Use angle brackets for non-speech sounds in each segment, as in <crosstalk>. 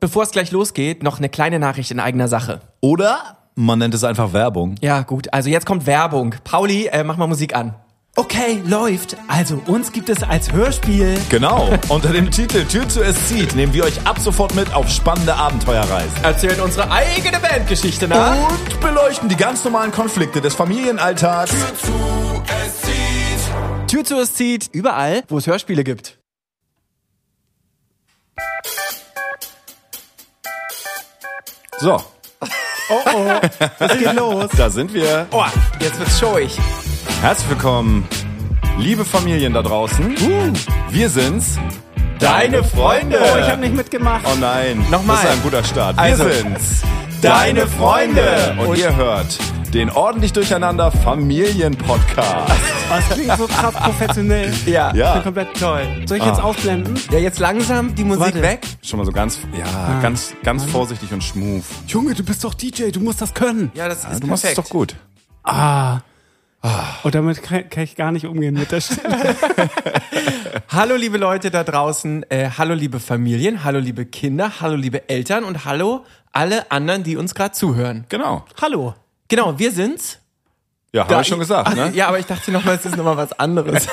bevor es gleich losgeht, noch eine kleine Nachricht in eigener Sache. Oder man nennt es einfach Werbung. Ja, gut. Also jetzt kommt Werbung. Pauli, äh, mach mal Musik an. Okay, läuft. Also uns gibt es als Hörspiel. Genau. Unter dem Titel Tür zu es zieht nehmen wir euch ab sofort mit auf spannende Abenteuerreisen. Erzählen unsere eigene Bandgeschichte nach. Und beleuchten die ganz normalen Konflikte des Familienalltags. Oh. Tür zu es zieht, überall, wo es Hörspiele gibt. So, Oh oh, es geht los. da sind wir. Boah, Oh, jetzt wird's scheuig. Herzlich willkommen, liebe Familien da draußen. Wir sind's. Uh. Deine Freunde. Oh, ich habe nicht mitgemacht. Oh nein. Nochmal. Das ist ein guter Start. Wir Also, sind's. deine Freunde. Und, ihr hört den ordentlich durcheinander Familienpodcast. Das klingt so krass <laughs> professionell. Ja. Ich Ja. bin komplett toll. Soll ich jetzt Ah. ausblenden? Ja, jetzt langsam die Musik Warte. weg. Schon mal so ganz, ja, ganz, ganz vorsichtig und schmooth. Junge, du bist doch DJ, du musst das können. Ah. Ja, das ist Du machst es perfekt. doch gut. Und damit kann, kann ich gar nicht umgehen mit der Stimme. Hallo liebe Leute da draußen, äh, hallo liebe Familien, hallo liebe Kinder, hallo liebe Eltern und hallo alle anderen, die uns gerade zuhören. Genau. Hallo. Genau, wir sind's. <laughs> Ja, habe ich schon gesagt, ne? Ja, aber ich dachte nochmal, es ist nochmal was <laughs> anderes.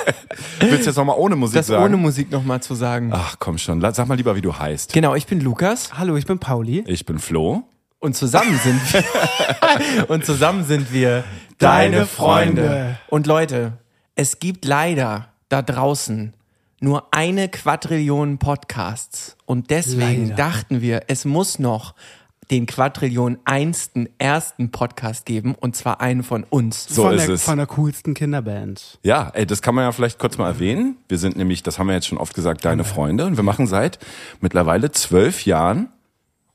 Willst du jetzt nochmal ohne Musik Das sagen? ohne Musik nochmal zu sagen. Ach komm schon, La- sag mal lieber, wie du heißt. Genau, ich bin Lukas <laughs> Hallo, ich bin Pauli. Ich bin Flo. und zusammen sind <laughs> wir und zusammen sind wir Deine Freunde. Und Leute, es gibt leider da draußen nur eine Quadrillion Podcasts und deswegen Leider. dachten wir, es muss noch den Quadrillion einsten ersten Podcast geben und zwar einen von uns. So von, ist der, es. von der coolsten Kinderband. Ja, ey, das kann man ja vielleicht kurz mal erwähnen. Wir sind nämlich, das haben wir jetzt schon oft gesagt, deine Freunde. Und wir machen seit mittlerweile zwölf Jahren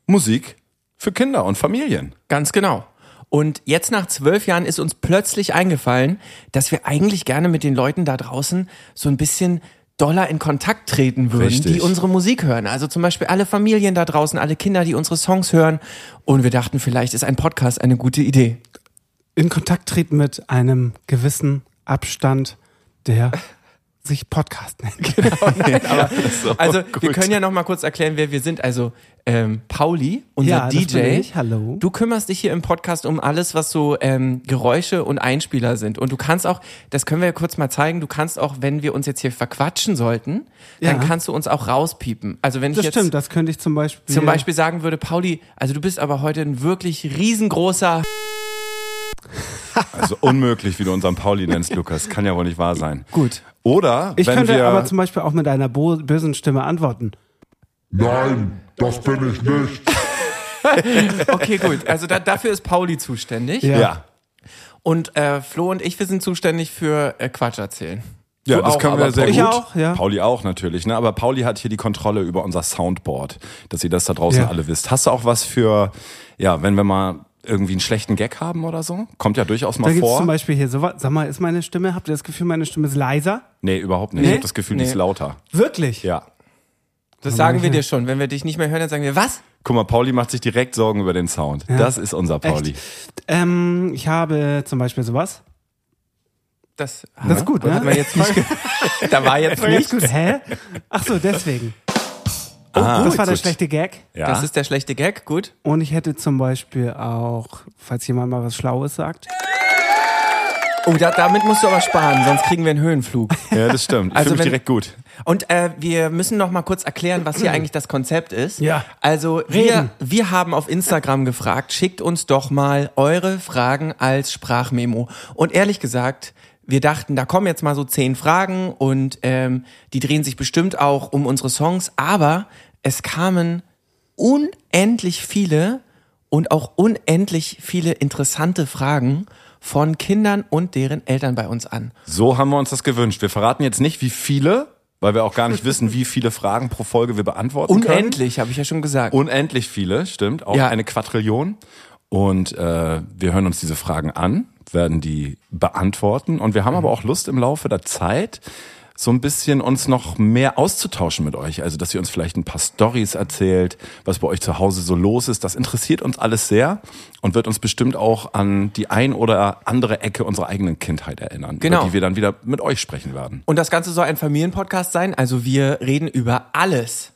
Musik für Kinder und Familien. Ganz genau. Und jetzt nach zwölf Jahren ist uns plötzlich eingefallen, dass wir eigentlich gerne mit den Leuten da draußen so ein bisschen doller in Kontakt treten würden, Richtig. die unsere Musik hören. Also zum Beispiel alle Familien da draußen, alle Kinder, die unsere Songs hören. Und wir dachten, vielleicht ist ein Podcast eine gute Idee. In Kontakt treten mit einem gewissen Abstand, der sich Podcast <laughs> nennt. Aber Oh <laughs> so, Also wir gut. können ja noch mal kurz erklären, wer wir sind. Also ähm, Pauli, unser Ja, das DJ. bin ich. Hallo. Du kümmerst dich hier im Podcast um alles, was so ähm, Geräusche und Einspieler sind. Und du kannst auch, das können wir kurz mal zeigen. Du kannst auch, wenn wir uns jetzt hier verquatschen sollten, dann Ja. kannst du uns auch rauspiepen. Also wenn ich Das jetzt stimmt, das könnte ich zum Beispiel. zum Beispiel sagen würde, Pauli, also du bist aber heute ein wirklich <laughs> riesengroßer. Also unmöglich, wie du unseren Pauli <laughs> nennst, Lukas. Kann ja wohl nicht wahr sein. Gut. Oder Ich wenn könnte wir aber zum Beispiel auch mit einer bo bösen Stimme antworten. Nein, das bin ich nicht. Okay, gut. Also da, dafür ist Pauli zuständig. Ja. ja. Und äh, Flo und ich, wir sind zuständig für äh, Quatsch erzählen. Ja, Du das auch, können wir aber sehr Pauli- gut. Ich auch, ja. Pauli auch natürlich, ne? Aber Pauli hat hier die Kontrolle über unser Soundboard, dass ihr das da draußen Ja. alle wisst. Hast du auch was für, ja, wenn wir mal irgendwie einen schlechten Gag haben oder so? Kommt ja durchaus mal Da gibt's vor. zum Beispiel hier so Sag mal, ist meine Stimme, habt ihr das Gefühl, meine Stimme ist leiser? nee, überhaupt nicht. Nee? Ich habe das Gefühl, die Nee. ist lauter. Wirklich? Ja. Das sagen wir dir schon. Wenn wir dich nicht mehr hören, dann sagen wir, was? Guck mal, Pauli macht sich direkt Sorgen über den Sound. Das ist unser Pauli. Ähm, ich habe zum Beispiel sowas. Das, Das ist gut, Hat man ne? jetzt nicht ge- <laughs> da war jetzt nicht. Jetzt gut. Hä? Ach so, deswegen. Ah, das war der gut. schlechte Gag. Ja. Das ist der schlechte Gag, gut. Und ich hätte zum Beispiel auch, falls jemand mal was Schlaues sagt. Oh, da, damit musst du aber sparen, sonst kriegen wir einen Höhenflug. ja, das <laughs> stimmt. Ich Also also fühle mich wenn- direkt gut. Und äh, wir müssen noch mal kurz erklären, was <clears throat> hier eigentlich das Konzept ist. Ja. Also Reden. wir, wir haben auf Instagram gefragt, schickt uns doch mal eure Fragen als Sprachmemo. Und ehrlich gesagt, wir dachten, da kommen jetzt mal so zehn Fragen und ähm, die drehen sich bestimmt auch um unsere Songs. Aber es kamen unendlich viele und auch unendlich viele interessante Fragen von Kindern und deren Eltern bei uns an. So haben wir uns das gewünscht. Wir verraten jetzt nicht, wie viele, weil wir auch gar nicht wissen, wie viele Fragen pro Folge wir beantworten können. Unendlich, habe ich ja schon gesagt. Unendlich viele, stimmt. Auch Ja. eine Quadrillion. Und äh, wir hören uns diese Fragen an, werden die beantworten. Und wir haben aber auch Lust im Laufe der Zeit, so ein bisschen uns noch mehr auszutauschen mit euch. Also, dass ihr uns vielleicht ein paar Stories erzählt, was bei euch zu Hause so los ist. Das interessiert uns alles sehr und wird uns bestimmt auch an die ein oder andere Ecke unserer eigenen Kindheit erinnern, Genau. über die wir dann wieder mit euch sprechen werden. Und das Ganze soll ein Familienpodcast sein. Also wir reden über alles.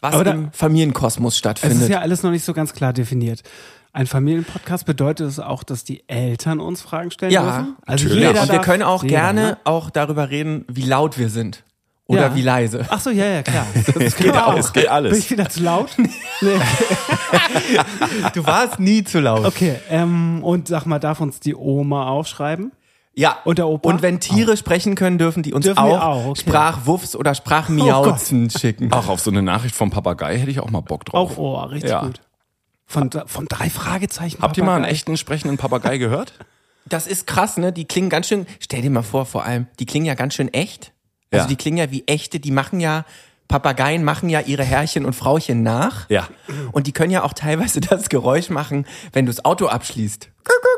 was Aber da- im Familienkosmos Es stattfindet. ist ja alles noch nicht so ganz klar definiert. Ein Familienpodcast bedeutet es auch, dass die Eltern uns Fragen stellen Ja, dürfen? Also natürlich. jeder und wir darf- können auch jeder, gerne ne? auch darüber reden, wie laut wir sind oder Ja. wie <laughs> leise. Ach so, ja, ja, klar. Das geht auch, es geht alles. Bin ich wieder zu laut? nee. Du warst nie zu laut. Okay, ähm, und sag mal, darf uns die Oma aufschreiben? Ja. Und der Opa? Und wenn Tiere sprechen können, dürfen die uns Dürfen auch, wir auch, okay. Oh Sprachwuffs oder Sprachmiauzen <laughs> schicken. Ach, auf so eine Nachricht vom Papagei hätte ich auch mal Bock drauf. Auch Ohr, richtig Ja. gut. Von, von drei Fragezeichen. Habt ihr mal einen Papagei. echten sprechenden Papagei gehört? Das ist krass, ne? Die klingen ganz schön, stell dir mal vor, vor allem, die klingen ja ganz schön echt. Also Ja. die klingen ja wie echte, die machen ja, Papageien machen ja ihre Herrchen und Frauchen nach. Ja. Und die können ja auch teilweise <laughs> das Geräusch machen, wenn du das Auto abschließt.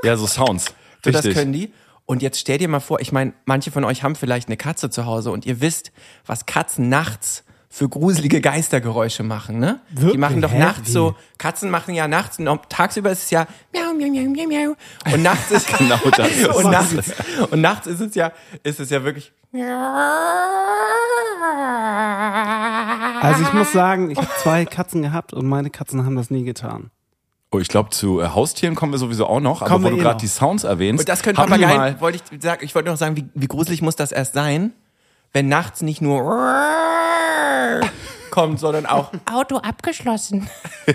Ja, so Sounds. So, Richtig. das können die. Und jetzt stell dir mal vor, ich meine, manche von euch haben vielleicht eine Katze zu Hause und ihr wisst, was Katzen nachts für gruselige Geistergeräusche machen, ne? Die Wirklich? machen doch Hä? nachts Wie? so, Katzen machen ja nachts, und auch tagsüber ist es ja miau, miau, miau, miau, miau. <laughs> Und nachts ist, <laughs> Genau das. und, nachts, und nachts ist es ja, ist es ja wirklich, Also ich muss sagen, ich habe zwei Katzen gehabt und meine Katzen haben das nie getan. Oh, ich glaube, zu äh, Haustieren kommen wir sowieso auch noch, Kommen aber wir wo du eh gerade noch. die Sounds erwähnst. Und das könnte habt ihr Papageien, mal- wollte ich sagen, ich wollte noch sagen, wie, wie gruselig muss das erst sein, wenn nachts nicht nur <laughs> kommt, sondern auch Auto abgeschlossen.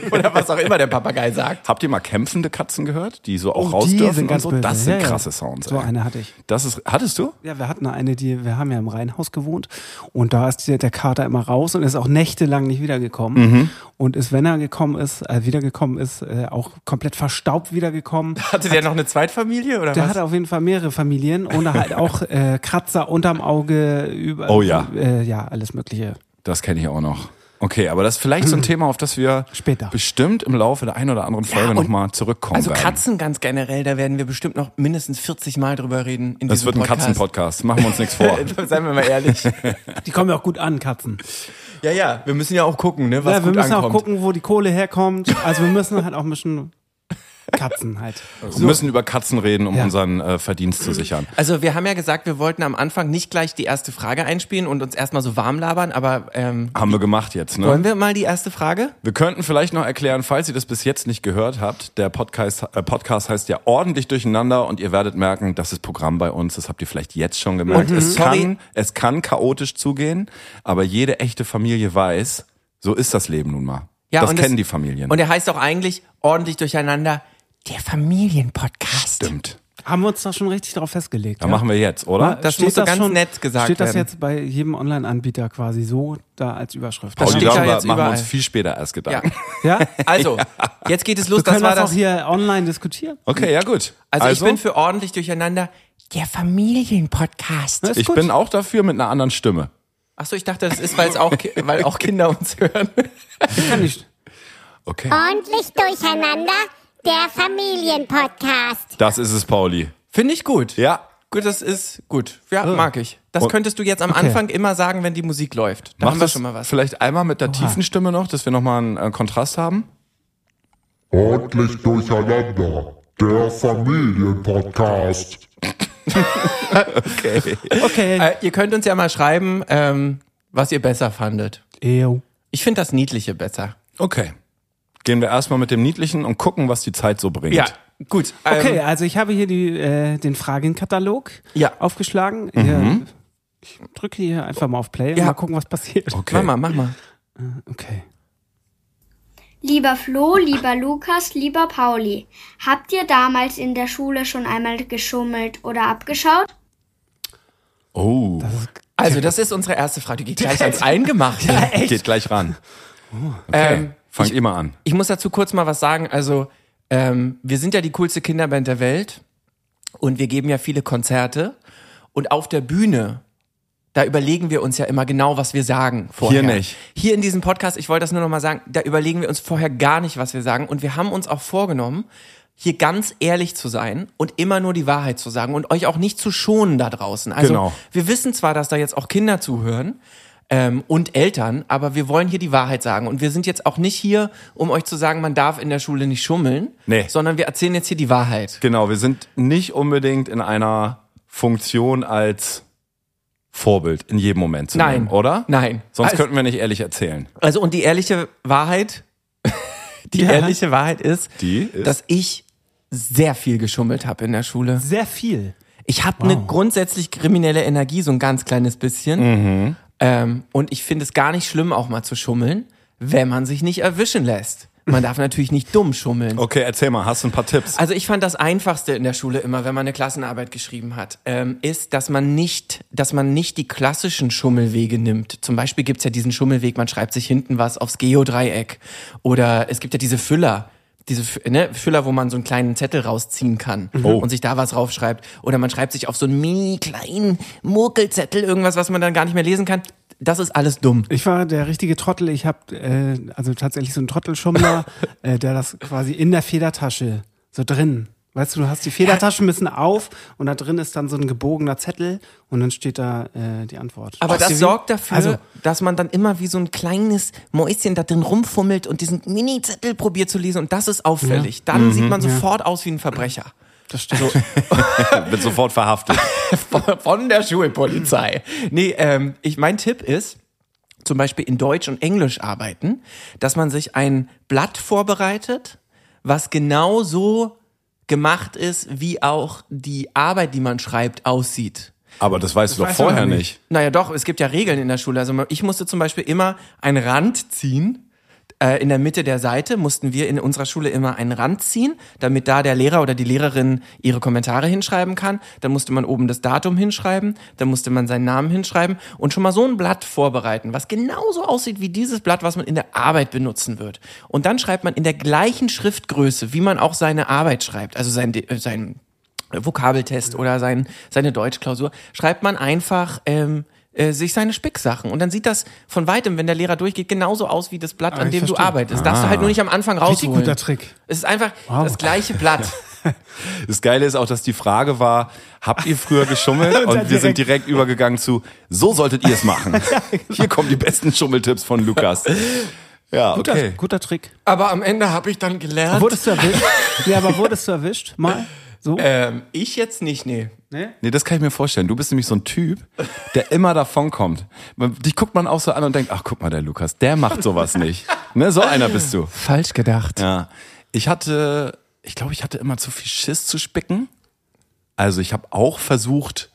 Oder was auch immer der Papagei sagt. Habt ihr mal kämpfende Katzen gehört, die so auch Oh, raus die dürfen sind und ganz so? böse. Das sind Ja, ja. krasse Sounds. So ey. eine hatte ich. Das ist, hattest du? Ja, wir hatten eine, eine, die, wir haben ja im Reihenhaus gewohnt und da ist der, der Kater immer raus und ist auch nächtelang nicht wiedergekommen. Mhm. Und ist, wenn er gekommen ist, äh, wiedergekommen ist, äh, auch komplett verstaubt wiedergekommen. Hatte der noch eine Zweitfamilie oder Der was? hat auf jeden Fall mehrere Familien <laughs> und halt auch äh, Kratzer unterm Auge, über, Oh ja. äh, ja, alles Mögliche. Das kenne ich auch noch. Okay, aber das ist vielleicht so ein Thema, auf das wir Später. bestimmt im Laufe der einen oder anderen Folge und- nochmal zurückkommen also werden. Katzen ganz generell, da werden wir bestimmt noch mindestens 40 Mal drüber reden. In Das diesem wird ein Podcast. Äh, Katzenpodcast, machen wir uns <laughs> nichts vor. Seien wir mal ehrlich. Die kommen ja auch gut an, Katzen. Ja, ja, wir müssen ja auch gucken, ne, was ja, wir gut müssen ankommt. auch gucken, wo die Kohle herkommt. Also wir müssen halt auch ein bisschen Katzen halt. Wir müssen über Katzen reden, um Ja. unseren äh, Verdienst zu sichern. Also wir haben ja gesagt, wir wollten am Anfang nicht gleich die erste Frage einspielen und uns erstmal so warm labern, aber ähm, Haben wir gemacht jetzt, ne? wollen wir mal die erste Frage? Wir könnten vielleicht noch erklären, falls ihr das bis jetzt nicht gehört habt, der Podcast, äh, Podcast heißt ja ordentlich durcheinander und ihr werdet merken, das ist Programm bei uns, das habt ihr vielleicht jetzt schon gemerkt. Und, es, Mhm. sorry. kann, es kann chaotisch zugehen, aber jede echte Familie weiß, so ist das Leben nun mal. das und kennen es- die Genau. Familien. Und er heißt auch eigentlich ordentlich durcheinander der Familienpodcast. Stimmt. Haben wir uns da schon richtig drauf festgelegt. Da machen wir jetzt, Na, oder? das steht muss so ganz nett gesagt Steht das werden. jetzt bei jedem Online-Anbieter quasi so da als Überschrift? Oh, Das Pauli, steht ja darüber jetzt Oh, machen wir uns überall. viel später erst Gedanken. ja? Also, jetzt geht es los. Wir Das können war das auch das. hier online diskutieren. <laughs> Okay, ja gut. Also, ich bin für ordentlich durcheinander der Familienpodcast. Ist ich gut. bin auch dafür mit einer anderen Stimme. Achso, ich dachte, das ist, weil es auch, Ki- weil auch Kinder uns hören. Ich kann nicht. Okay. Ah. Ordentlich durcheinander, der Familienpodcast. Das ist es, Pauli. Finde ich gut. Ja. Ah. Gut, das ist gut. Ja, mag ich. Das Und- könntest du jetzt am Anfang immer sagen, wenn die Musik läuft. Da Mach haben wir das schon mal was. Vielleicht einmal mit der tiefen Stimme noch, dass wir nochmal einen äh, Kontrast haben. Ordentlich durcheinander, der Familienpodcast. Okay. Äh, ihr könnt uns ja mal schreiben, ähm, was ihr besser fandet. Ew. Ich finde das Niedliche besser. Okay. Gehen wir erstmal mit dem Niedlichen und gucken, was die Zeit so bringt. gut. Okay, Ähm, also ich habe hier die, äh, den Fragenkatalog Ja. Mhm. aufgeschlagen. Hier, ich drücke hier einfach mal auf Play Ja. und mal gucken, was passiert. Okay. Mach mal, mach mal. Okay. Lieber Flo, lieber Lukas, lieber Pauli, habt ihr damals in der Schule schon einmal geschummelt oder abgeschaut? Oh, Also, das ist unsere erste Frage. Die geht gleich ans Eingemachte. <laughs> geht gleich ran. Okay. Ähm, Fangt ihr mal an. Ich muss dazu kurz mal was sagen. Also, ähm, wir sind ja die coolste Kinderband der Welt und wir geben ja viele Konzerte. Und auf der Bühne, da überlegen wir uns ja immer genau, was wir sagen vorher. Hier nicht. Hier in diesem Podcast, ich wollte das nur nochmal sagen, da überlegen wir uns vorher gar nicht, was wir sagen. Und wir haben uns auch vorgenommen, hier ganz ehrlich zu sein und immer nur die Wahrheit zu sagen und euch auch nicht zu schonen da draußen. Also Genau. wir wissen zwar, dass da jetzt auch Kinder zuhören ähm, und Eltern, aber wir wollen hier die Wahrheit sagen. Und wir sind jetzt auch nicht hier, um euch zu sagen, man darf in der Schule nicht schummeln, Nee. sondern wir erzählen jetzt hier die Wahrheit. Genau, wir sind nicht unbedingt in einer Funktion als Vorbild in jedem Moment zu Nein. nehmen, oder? Nein. Sonst Also- könnten wir nicht ehrlich erzählen. Also und die ehrliche Wahrheit, <laughs> die Ja. ehrliche Wahrheit ist, Die ist? dass ich sehr viel geschummelt habe in der Schule. Sehr viel. Ich habe eine grundsätzlich kriminelle Energie, so ein ganz kleines bisschen. Mhm. Ähm, und ich finde es gar nicht schlimm, auch mal zu schummeln, wenn man sich nicht erwischen lässt. Man darf natürlich nicht dumm schummeln. Okay, erzähl mal, hast du ein paar Tipps? Also ich fand das Einfachste in der Schule immer, wenn man eine Klassenarbeit geschrieben hat, ähm, ist, dass man nicht, dass man nicht die klassischen Schummelwege nimmt. Zum Beispiel gibt's ja diesen Schummelweg, man schreibt sich hinten was aufs Geodreieck. Oder es gibt ja diese Füller. Diese Fü- ne, Füller, wo man so einen kleinen Zettel rausziehen kann und sich da was raufschreibt. Oder man schreibt sich auf so einen mini kleinen Murkelzettel irgendwas, was man dann gar nicht mehr lesen kann. Das ist alles dumm. Ich war der richtige Trottel. Ich habe äh, also tatsächlich so <laughs> einen Trottelschummler, äh, der das quasi in der Federtasche so drin. Weißt du, du hast die Federtaschen müssen auf und da drin ist dann so ein gebogener Zettel und dann steht da äh, die Antwort. Aber das Stevie? sorgt dafür, Also, dass man dann immer wie so ein kleines Mäuschen da drin rumfummelt und diesen Mini-Zettel probiert zu lesen und das ist auffällig. Dann sieht man sofort aus wie ein Verbrecher. <laughs> das stimmt. Wird sofort verhaftet. Von der Schulpolizei. Nee, ähm, ich, mein Tipp ist, zum Beispiel in Deutsch und Englisch arbeiten, dass man sich ein Blatt vorbereitet, was genau so gemacht ist, wie auch die Arbeit, die man schreibt, aussieht. Aber das weißt du doch weiß man vorher doch nicht. nicht. Naja, doch, es gibt ja Regeln in der Schule. Also ich musste zum Beispiel immer einen Rand ziehen. Äh, in der Mitte der Seite mussten wir in unserer Schule immer einen Rand ziehen, damit da der Lehrer oder die Lehrerin ihre Kommentare hinschreiben kann. Dann musste man oben das Datum hinschreiben, dann musste man seinen Namen hinschreiben und schon mal so ein Blatt vorbereiten, was genauso aussieht wie dieses Blatt, was man in der Arbeit benutzen wird. Und dann schreibt man in der gleichen Schriftgröße, wie man auch seine Arbeit schreibt, also sein, äh, sein Vokabeltest oder sein, seine Deutschklausur, schreibt man einfach ähm, äh, sich seine Spicksachen. Und dann sieht das von weitem, wenn der Lehrer durchgeht, genauso aus wie das Blatt, an ich dem du verstehe. arbeitest. Darfst du halt nur nicht am Anfang Richtig rausholen. guter Trick. Es ist einfach das gleiche Blatt. Das Geile ist auch, dass die Frage war, habt ihr früher geschummelt? <laughs> Und, dann wir sind direkt genau. übergegangen zu, so solltet ihr es <laughs> machen. Hier kommen die besten Schummeltipps von Lukas. Ja, Guter, okay. guter Trick. <laughs> Aber am Ende habe ich dann gelernt. Wurdest du erwischt? ja, aber wurdest du erwischt? Mal? So? Äh, Ne? Ähm, ich jetzt nicht, nee. Nee, das kann ich mir vorstellen. Du bist nämlich so ein Typ, der immer davonkommt. Man- Dich guckt man auch so an und denkt, ach, guck mal, der Lukas, der macht sowas nicht. Ne, so einer bist du. Falsch gedacht. Ja. Ich hatte, ich glaube, ich hatte immer zu viel Schiss zu spicken. Also ich habe auch versucht,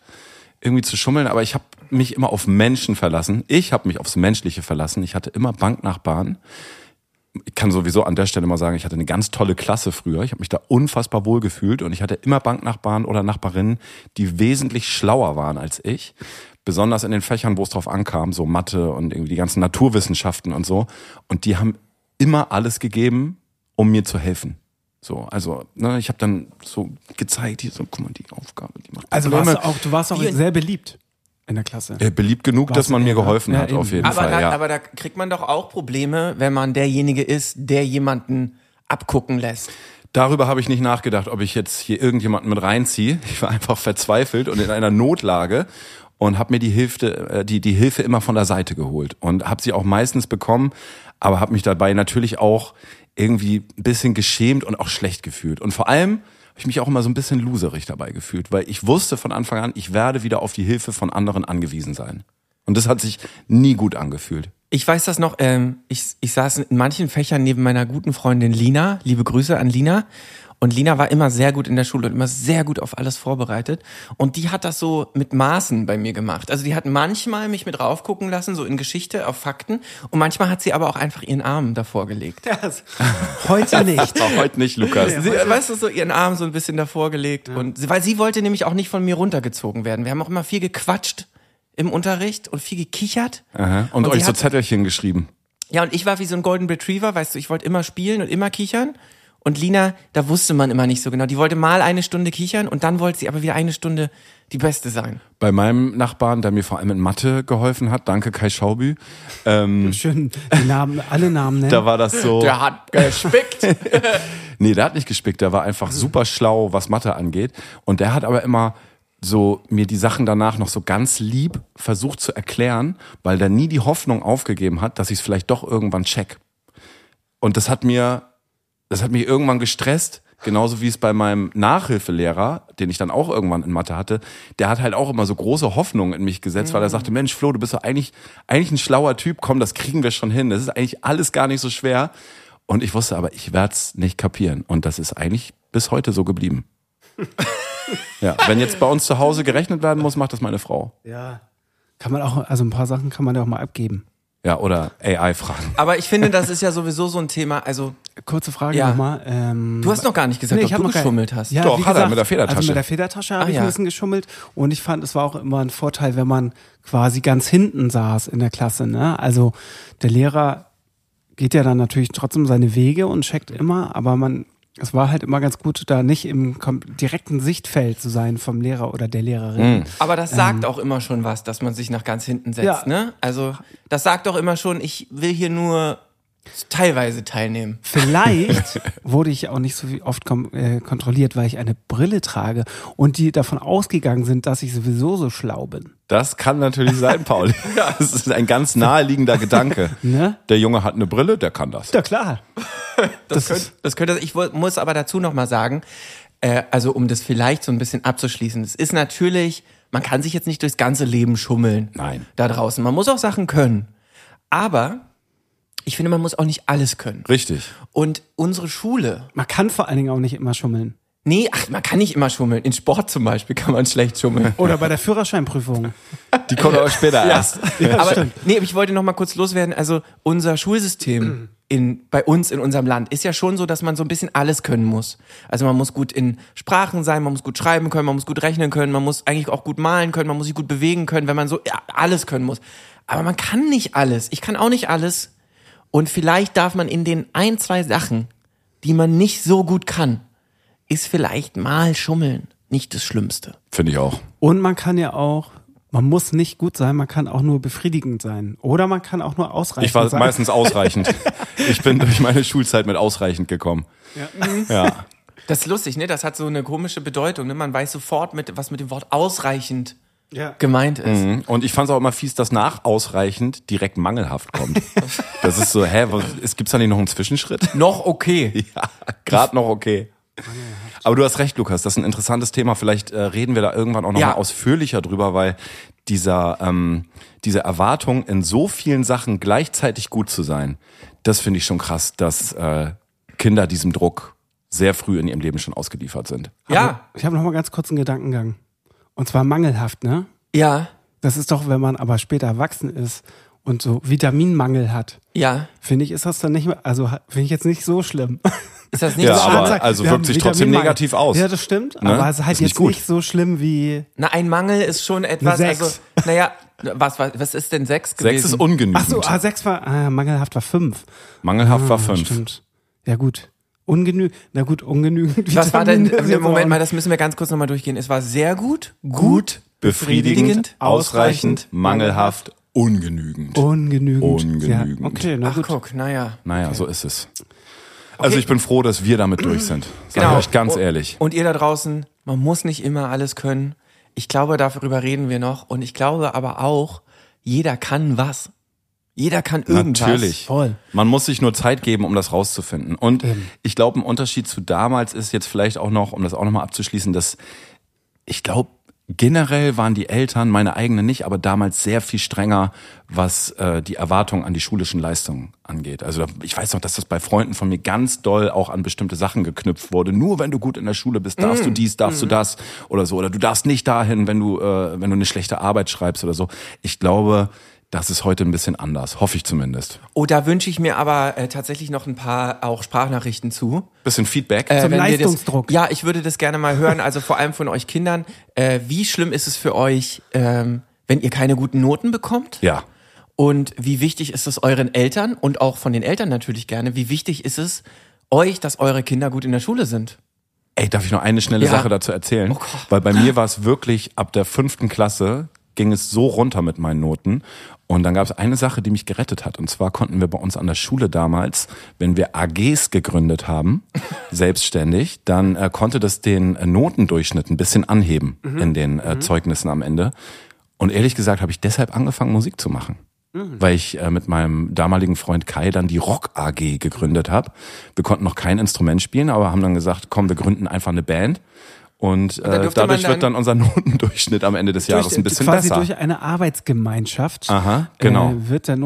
irgendwie zu schummeln, aber ich habe mich immer auf Menschen verlassen. Ich habe mich aufs Menschliche verlassen. Ich hatte immer Banknachbarn. Ich kann sowieso an der Stelle mal sagen, ich hatte eine ganz tolle Klasse früher. Ich habe mich da unfassbar wohl gefühlt und ich hatte immer Banknachbarn oder Nachbarinnen, die wesentlich schlauer waren als ich. Besonders in den Fächern, wo es drauf ankam, so Mathe und irgendwie die ganzen Naturwissenschaften und so. Und die haben immer alles gegeben, um mir zu helfen. So, also, ne, ich habe dann so gezeigt, hier so, guck mal, die Aufgabe, die macht. Also warst du auch, du warst auch Wie- sehr beliebt in der Klasse. Äh, beliebt genug, dass man mir ja, geholfen ja, hat, eben. auf jeden Aber Fall. da, ja. aber da kriegt man doch auch Probleme, wenn man derjenige ist, der jemanden abgucken lässt. Darüber habe ich nicht nachgedacht, ob ich jetzt hier irgendjemanden mit reinziehe. <laughs> Ich war einfach verzweifelt und in einer Notlage und habe mir die Hilfe, äh, die, die Hilfe immer von der Seite geholt und habe sie auch meistens bekommen, aber habe mich dabei natürlich auch irgendwie ein bisschen geschämt und auch schlecht gefühlt. Und vor allem habe ich mich auch immer so ein bisschen loserig dabei gefühlt, weil ich wusste von Anfang an, ich werde wieder auf die Hilfe von anderen angewiesen sein. Und das hat sich nie gut angefühlt. Ich weiß das noch, ähm, ich, ich saß in manchen Fächern neben meiner guten Freundin Lina. Liebe Grüße an Lina. Und Lina war immer sehr gut in der Schule und immer sehr gut auf alles vorbereitet. Und die hat das so mit Maßen bei mir gemacht. Also die hat manchmal mich mit raufgucken lassen, so in Geschichte, auf Fakten. Und manchmal hat sie aber auch einfach ihren Arm davor gelegt. Das- <laughs> Heute <laughs> nicht. War heute nicht, Lukas. Sie, weißt du, so ihren Arm so ein bisschen davor gelegt. Und sie, weil sie wollte nämlich auch nicht von mir runtergezogen werden. Wir haben auch immer viel gequatscht im Unterricht und viel gekichert. Aha. Und Und, sie euch so hat- Zettelchen geschrieben. Ja, und ich war wie so ein Golden Retriever, weißt du, ich wollte immer spielen und immer kichern. Und Lina, da wusste man immer nicht so genau. Die wollte mal eine Stunde kichern und dann wollte sie aber wieder eine Stunde die Beste sein. bei meinem Nachbarn, der mir vor allem in Mathe geholfen hat, danke Kai Schaubü, Schön, die Namen, alle Namen nennen. da war das so. hat gespickt. Nee, der hat nicht gespickt, der war einfach super schlau, was Mathe angeht. Und der hat aber immer so mir die Sachen danach noch so ganz lieb versucht zu erklären, weil der nie die Hoffnung aufgegeben hat, dass ich es vielleicht doch irgendwann check. Und das hat mir, das hat mich irgendwann gestresst. Genauso wie es bei meinem Nachhilfelehrer, den ich dann auch irgendwann in Mathe hatte, der hat halt auch immer so große Hoffnungen in mich gesetzt, weil er sagte, Mensch, Flo, du bist doch eigentlich, eigentlich ein schlauer Typ, komm, das kriegen wir schon hin. Das ist eigentlich alles gar nicht so schwer. Und ich wusste aber, ich werde es nicht kapieren. Und das ist eigentlich bis heute so geblieben. ja, wenn jetzt bei uns zu Hause gerechnet werden muss, macht das meine Frau. Ja. Kann man auch, also ein paar Sachen kann man ja auch mal abgeben. Ja, oder AI-Fragen. <laughs> Aber ich finde, das ist ja sowieso so ein Thema. Also, Kurze Frage Ja. nochmal. Ähm, du hast noch gar nicht gesagt, Nee, ob ich hab du noch kein- geschummelt hast. Ja, Doch, wie hat er gesagt, mit der Federtasche. Also mit der Federtasche habe Ah, ich ja. ein bisschen geschummelt und ich fand, es war auch immer ein Vorteil, wenn man quasi ganz hinten saß in der Klasse. Ne? Also der Lehrer geht ja dann natürlich trotzdem seine Wege und checkt immer, aber man, es war halt immer ganz gut, da nicht im kom- direkten Sichtfeld zu sein vom Lehrer oder der Lehrerin. Mhm. Aber das sagt auch immer schon was, dass man sich nach ganz hinten setzt, Ja. ne? Also, das sagt doch immer schon, ich will hier nur teilweise teilnehmen. Vielleicht wurde ich auch nicht so wie oft kom äh, kontrolliert, weil ich eine Brille trage und die davon ausgegangen sind, dass ich sowieso so schlau bin. Das kann natürlich sein, Paul. ja, das ist ein ganz naheliegender Gedanke. Ne? Der Junge hat eine Brille, der kann das. Ja klar. Das, könnte, das könnte, ich woll- muss aber dazu nochmal sagen, äh, also um das vielleicht so ein bisschen abzuschließen, es ist natürlich, man kann sich jetzt nicht durchs ganze Leben schummeln. Nein. Da draußen. Man muss auch Sachen können. Aber ich finde, man muss auch nicht alles können. Richtig. Und unsere Schule, Man kann vor allen Dingen auch nicht immer schummeln. nee, ach, man kann nicht immer schummeln. In Sport zum Beispiel kann man schlecht schummeln. Oder bei der Führerscheinprüfung. Die kommt aber später erst. aber nee, aber ich wollte noch mal kurz loswerden. Also unser Schulsystem in, bei uns in unserem Land ist ja schon so, dass man so ein bisschen alles können muss. Also man muss gut in Sprachen sein, man muss gut schreiben können, man muss gut rechnen können, man muss eigentlich auch gut malen können, man muss sich gut bewegen können, wenn man so ja, alles können muss. Aber man kann nicht alles. Ich kann auch nicht alles. Und vielleicht darf man in den ein, zwei Sachen, die man nicht so gut kann, ist vielleicht mal schummeln nicht das Schlimmste. Finde ich auch. Und man kann ja auch, man muss nicht gut sein, man kann auch nur befriedigend sein. Oder man kann auch nur ausreichend Ich war sein. meistens ausreichend. Ich bin durch meine Schulzeit mit ausreichend gekommen. Ja. ja. Das ist lustig, ne? Das hat so eine komische Bedeutung. Ne? Man weiß sofort, mit, was mit dem Wort ausreichend Ja. gemeint ist. Und ich fand es auch immer fies, dass nach ausreichend direkt mangelhaft kommt. Das ist so, hä, was- es gibt's da nicht noch einen Zwischenschritt? Noch okay. <laughs> Ja, gerade noch okay. Aber du hast recht, Lukas, das ist ein interessantes Thema. Vielleicht äh, reden wir da irgendwann auch nochmal Ja. mal ausführlicher drüber, weil dieser, ähm, diese Erwartung, in so vielen Sachen gleichzeitig gut zu sein, das finde ich schon krass, dass äh, Kinder diesem Druck sehr früh in ihrem Leben schon ausgeliefert sind. Ja, Ich habe noch mal ganz kurz einen Gedankengang. Und zwar mangelhaft, ne? ja, Das ist doch, wenn man aber später erwachsen ist und so Vitaminmangel hat, ja. finde ich, ist das dann nicht mehr, also ha- finde ich jetzt nicht so schlimm. <laughs> Ist das nicht Ja, so aber- schlimm? Anzeig- also wir wirkt haben sich trotzdem Vitaminmangel. negativ aus. Ja, das stimmt. Ne? Aber es ist halt Ist nicht jetzt gut. nicht so schlimm wie, Na, ein Mangel ist schon etwas. Eine Sechs. Also, naja, was, was, was ist denn sechs gewesen? Sechs ist ungenügend. ach so, ah, sechs war, ah, mangelhaft war fünf. Mangelhaft war Ah, fünf. Stimmt. Ja, gut. Ungenügend. Na gut, ungenügend. was war <laughs> denn, also äh, Vitamine ist jetzt Moment auch- mal, das müssen wir ganz kurz nochmal durchgehen. Es war sehr gut, gut, Befriedigend, ausreichend, mangelhaft, ungenügend. Ungenügend. Ungenügend. Ja, okay, na Ach, gut. guck, naja. Naja, so ist es. Also ich bin froh, dass wir damit durch sind. Sag ich euch ganz Und- ehrlich. Und ihr da draußen, man muss nicht immer alles können. Ich glaube, darüber reden wir noch. Und ich glaube aber auch, jeder kann was. Jeder kann irgendwas. Natürlich. Voll. Man muss sich nur Zeit geben, um das rauszufinden. Und Eben. ich glaube, ein Unterschied zu damals ist jetzt vielleicht auch noch, um das auch nochmal abzuschließen, dass ich glaube, generell waren die Eltern, meine eigenen nicht, aber damals sehr viel strenger, was äh, die Erwartungen an die schulischen Leistungen angeht. Also ich weiß noch, dass das bei Freunden von mir ganz doll auch an bestimmte Sachen geknüpft wurde. Nur wenn du gut in der Schule bist, darfst du dies, darfst du das oder so. Oder du darfst nicht dahin, wenn du, äh, wenn du eine schlechte Arbeit schreibst oder so. Ich glaube, das ist heute ein bisschen anders. Hoffe ich zumindest. Oh, da wünsche ich mir aber äh, tatsächlich noch ein paar auch Sprachnachrichten zu. Bisschen Feedback. Äh, Zum wenn wir Leistungsdruck. Das, ja, ich würde das gerne mal hören, also vor allem von euch Kindern. Äh, wie schlimm ist es für euch, ähm, wenn ihr keine guten Noten bekommt? ja. Und wie wichtig ist es euren Eltern und auch von den Eltern natürlich gerne, wie wichtig ist es euch, dass eure Kinder gut in der Schule sind? Ey, darf ich noch eine schnelle Ja. Oh Sache dazu erzählen? Weil bei mir war es wirklich ab der fünften Klasse ging es so runter mit meinen Noten. Und dann gab es eine Sache, die mich gerettet hat. Und zwar konnten wir bei uns an der Schule damals, wenn wir AGs <laughs> gegründet haben, selbstständig, dann äh, konnte das den äh, Notendurchschnitt ein bisschen Mhm. anheben in den äh, Zeugnissen am Ende. Und ehrlich gesagt habe ich deshalb angefangen, Musik zu machen. weil ich äh, mit meinem damaligen Freund Kai dann die Rock AG gegründet habe. Wir konnten noch kein Instrument spielen, aber haben dann gesagt, komm, wir gründen einfach eine Band. Und da äh, durfte man dadurch dann- wird dann unser <laughs> Notendurchschnitt am Ende des Jahres ein bisschen quasi besser. durch eine Arbeitsgemeinschaft Aha, genau. äh, wird der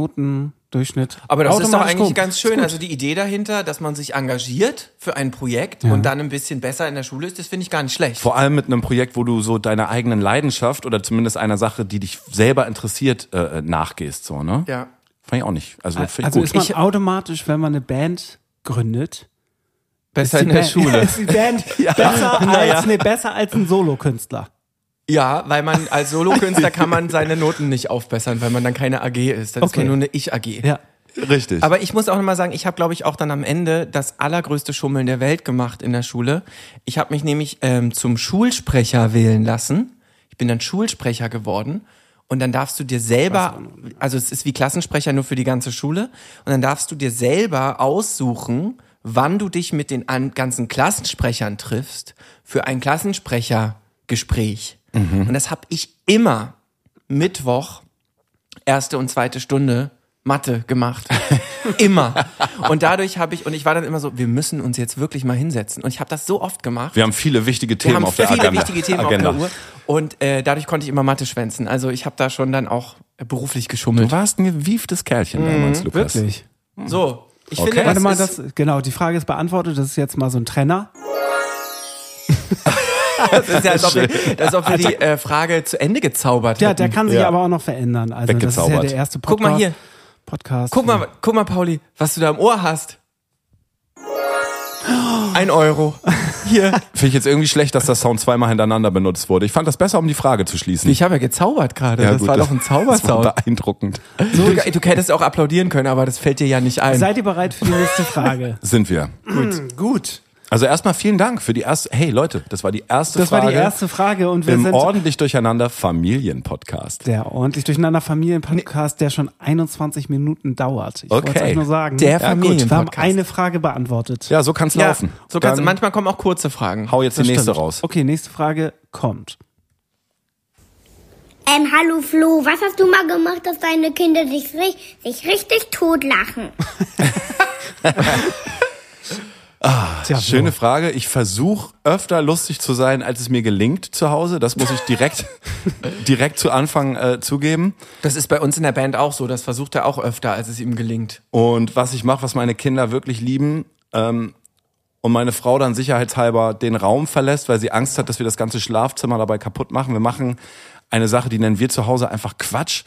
Notendurchschnitt Aber das ist doch automatisch eigentlich hoch. ganz Ist schön. gut. Also die Idee dahinter, dass man sich engagiert für ein Projekt und dann ein bisschen besser in der Schule ist, das finde ich gar nicht schlecht. Vor allem mit einem Projekt, wo du so deiner eigenen Leidenschaft oder zumindest einer Sache, die dich selber interessiert, äh, nachgehst, so, ne? Ja. Fand ich auch nicht. Also, finde ich also gut. ist man ich, automatisch, wenn man eine Band gründet, Besser ist in der Band, Schule. <laughs> ist <laughs> die Band besser, als, nee, besser als ein Solokünstler. Ja, weil man als <laughs> Solokünstler kann man seine Noten nicht aufbessern, weil man dann keine AG ist. Dann ist Okay. man nur eine Ich-AG. Ja. richtig. Aber ich muss auch nochmal sagen, ich habe, glaube ich, auch dann am Ende das allergrößte Schummeln der Welt gemacht in der Schule. Ich habe mich nämlich ähm, zum Schulsprecher wählen lassen. Ich bin dann Schulsprecher geworden. Und dann darfst du dir selber, also es ist wie Klassensprecher nur für die ganze Schule. Und dann darfst du dir selber aussuchen, wann du dich mit den an, ganzen Klassensprechern triffst für ein Klassensprechergespräch. Und das habe ich immer Mittwoch erste und zweite Stunde Mathe gemacht. <laughs> immer. Und dadurch habe ich, und ich war dann immer so, wir müssen uns jetzt wirklich mal hinsetzen. Und ich habe das so oft gemacht. wir haben viele wichtige Wir Themen auf der viele Agenda. Genau. wichtige Themen Agenda. auf der Uhr. Und äh, dadurch konnte ich immer Mathe schwänzen. Also ich habe da schon dann auch äh, beruflich Du geschummelt. warst ein gewieftes Kerlchen Mhm, damals, Lukas. Wirklich. So, ich Okay. finde, Warte das Warte mal, ist, das, genau, die Frage ist beantwortet. Das ist jetzt mal so ein Trenner. <laughs> das ist ja, als ob wir, als ob wir die äh, Frage zu Ende gezaubert Ja, hätten. der kann sich Ja. aber auch noch verändern. Also das ist ja Weggezaubert. der erste Podcast. Guck mal hier. Podcast. Guck mal, guck mal, Pauli, was du da im Ohr <gasps> hast. Ein Euro. Hier. Finde ich jetzt irgendwie schlecht, dass das Sound zweimal hintereinander benutzt wurde. Ich fand das besser, um die Frage zu schließen. Ich habe ja gezaubert gerade. Ja, das gut, war doch ein <laughs> Das war Zaubersound. beeindruckend. Du, du hättest auch applaudieren können, aber das fällt dir ja nicht ein. Seid ihr bereit für die <laughs> nächste Frage? Sind wir. Hm, Gut. Also erstmal vielen Dank für die erste. Hey Leute, das war die erste Das Frage. war die erste Frage und wir Im sind ordentlich durcheinander Familienpodcast. der ordentlich durcheinander Familienpodcast, der schon 21 Minuten dauert. Ich wollte Okay. es euch nur sagen. Der Ja, gut, Familienpodcast. Wir haben eine Frage beantwortet. Ja, so kann's Ja, laufen. So kannst, Dann manchmal kommen auch kurze Fragen. hau jetzt die Das nächste stimmt. raus. Okay, nächste Frage kommt. Ähm, hallo Flo, was hast du mal gemacht, dass deine Kinder sich, ri- sich richtig totlachen? Tja, Ah, Schöne Frage. Ich versuche öfter lustig zu sein, als es mir gelingt zu Hause. Das muss ich direkt, <laughs> direkt zu Anfang äh, zugeben. Das ist bei uns in der Band auch so. Das versucht er auch öfter, als es ihm gelingt. Und was ich mache, was meine Kinder wirklich lieben, ähm, und meine Frau dann sicherheitshalber den Raum verlässt, weil sie Angst hat, dass wir das ganze Schlafzimmer dabei kaputt machen. Wir machen eine Sache, die nennen wir zu Hause einfach Quatsch.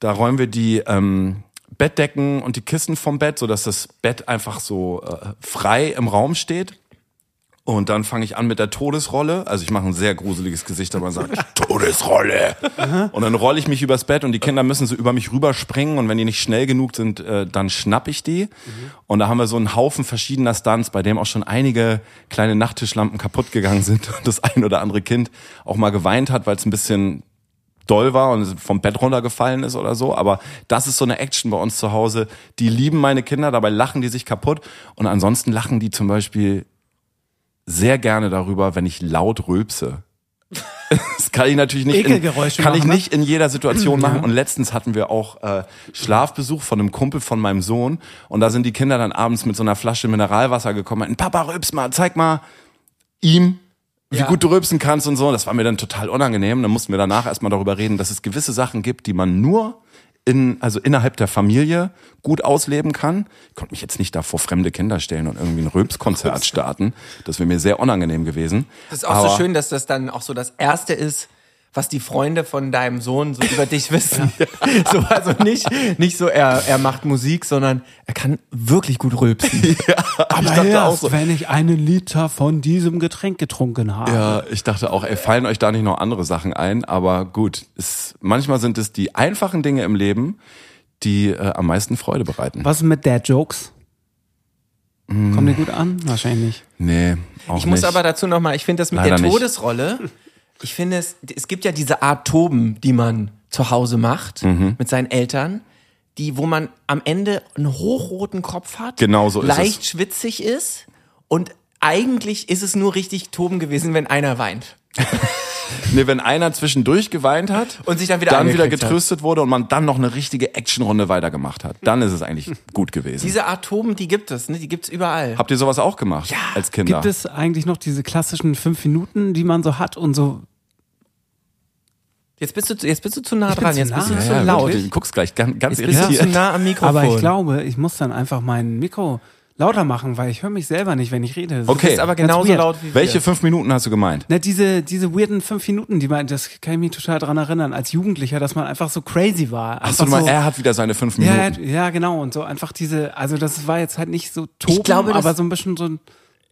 Da räumen wir die ähm, Bettdecken und die Kissen vom Bett, sodass das Bett einfach so äh, frei im Raum steht. Und dann fange ich an mit der Todesrolle. Also ich mache ein sehr gruseliges Gesicht, aber man sagt <laughs> Todesrolle. und dann rolle ich mich übers Bett und die Kinder müssen so über mich rüberspringen. Und wenn die nicht schnell genug sind, äh, dann schnapp ich die. Und da haben wir so einen Haufen verschiedener Stunts, bei dem auch schon einige kleine Nachttischlampen kaputt gegangen sind <laughs> und das ein oder andere Kind auch mal geweint hat, weil es ein bisschen doll war und vom Bett runtergefallen ist oder so. Aber das ist so eine Action bei uns zu Hause. Die lieben meine Kinder, dabei lachen die sich kaputt. Und ansonsten lachen die zum Beispiel sehr gerne darüber, wenn ich laut rülpse. <laughs> Das kann ich natürlich nicht, in, Ekelgeräusche kann ich machen, ne? nicht in jeder <clears throat> Situation machen. Und letztens hatten wir auch äh, Schlafbesuch von einem Kumpel von meinem Sohn. Und da sind die Kinder dann abends mit so einer Flasche Mineralwasser gekommen. meinten, Papa, rülps mal, zeig mal ihm, wie Ja. gut du rülpsen kannst und so. Das war mir dann total unangenehm. Dann mussten wir danach erstmal darüber reden, dass es gewisse Sachen gibt, die man nur in, also innerhalb der Familie gut ausleben kann. Ich konnte mich jetzt nicht da vor fremde Kinder stellen und irgendwie ein Rülpskonzert starten. Das wäre mir sehr unangenehm gewesen. Das ist auch so schön, dass das dann auch so das Erste ist, was die Freunde von deinem Sohn so über dich <laughs> wissen. <laughs> So, also nicht, nicht so, er, er macht Musik, sondern er kann wirklich gut rülpsen. Aber dachte erst, auch so- wenn ich einen Liter von diesem Getränk getrunken habe. Ja, äh, ich dachte auch, ey, fallen euch da nicht noch andere Sachen ein, aber gut, es, manchmal sind es die einfachen Dinge im Leben, die äh, am meisten Freude bereiten. Was ist mit Dad Jokes? Hm. Kommen die gut an? Wahrscheinlich nicht. Nee, auch Ich muss nicht. aber dazu nochmal, ich finde das mit Leider der nicht. Todesrolle, ich finde es, es gibt ja diese Art Toben, die man zu Hause macht Mhm. mit seinen Eltern, die, wo man am Ende einen hochroten Kopf hat, Genau so ist es. leicht schwitzig ist und eigentlich ist es nur richtig Toben gewesen, wenn einer weint. Nee, wenn einer zwischendurch geweint hat Und sich dann wieder dann wieder angekriegt hat. getröstet wurde und man dann noch eine richtige Actionrunde weitergemacht hat, dann ist es eigentlich gut gewesen. Diese Atomen, die gibt es, ne? Die gibt's überall. Habt ihr sowas auch gemacht als Kinder? Gibt es eigentlich noch diese klassischen fünf Minuten, die man so hat und so? Jetzt bist du, zu- jetzt bist du zu nah Ich bin dran, zu jetzt nah. bist du Ja, zu ja, laut. wirklich, Du guckst gleich ganz, ganz Jetzt bist du zu irritiert. nah am Mikrofon. Aber ich glaube, ich muss dann einfach mein Mikro lauter machen, weil ich höre mich selber nicht, wenn ich rede. Das du bist okay. aber Ganz genauso weird. laut wie wir. Welche fünf Minuten hast du gemeint? Na, diese, diese weirden fünf Minuten, die man, das kann ich mich total dran erinnern, als Jugendlicher, dass man einfach so crazy war. Hast du Einfach mal, so, er hat wieder seine fünf Minuten. ja, ja, genau. Und so einfach diese, also das war jetzt halt nicht so toben, glaube, das- aber so ein bisschen so ein,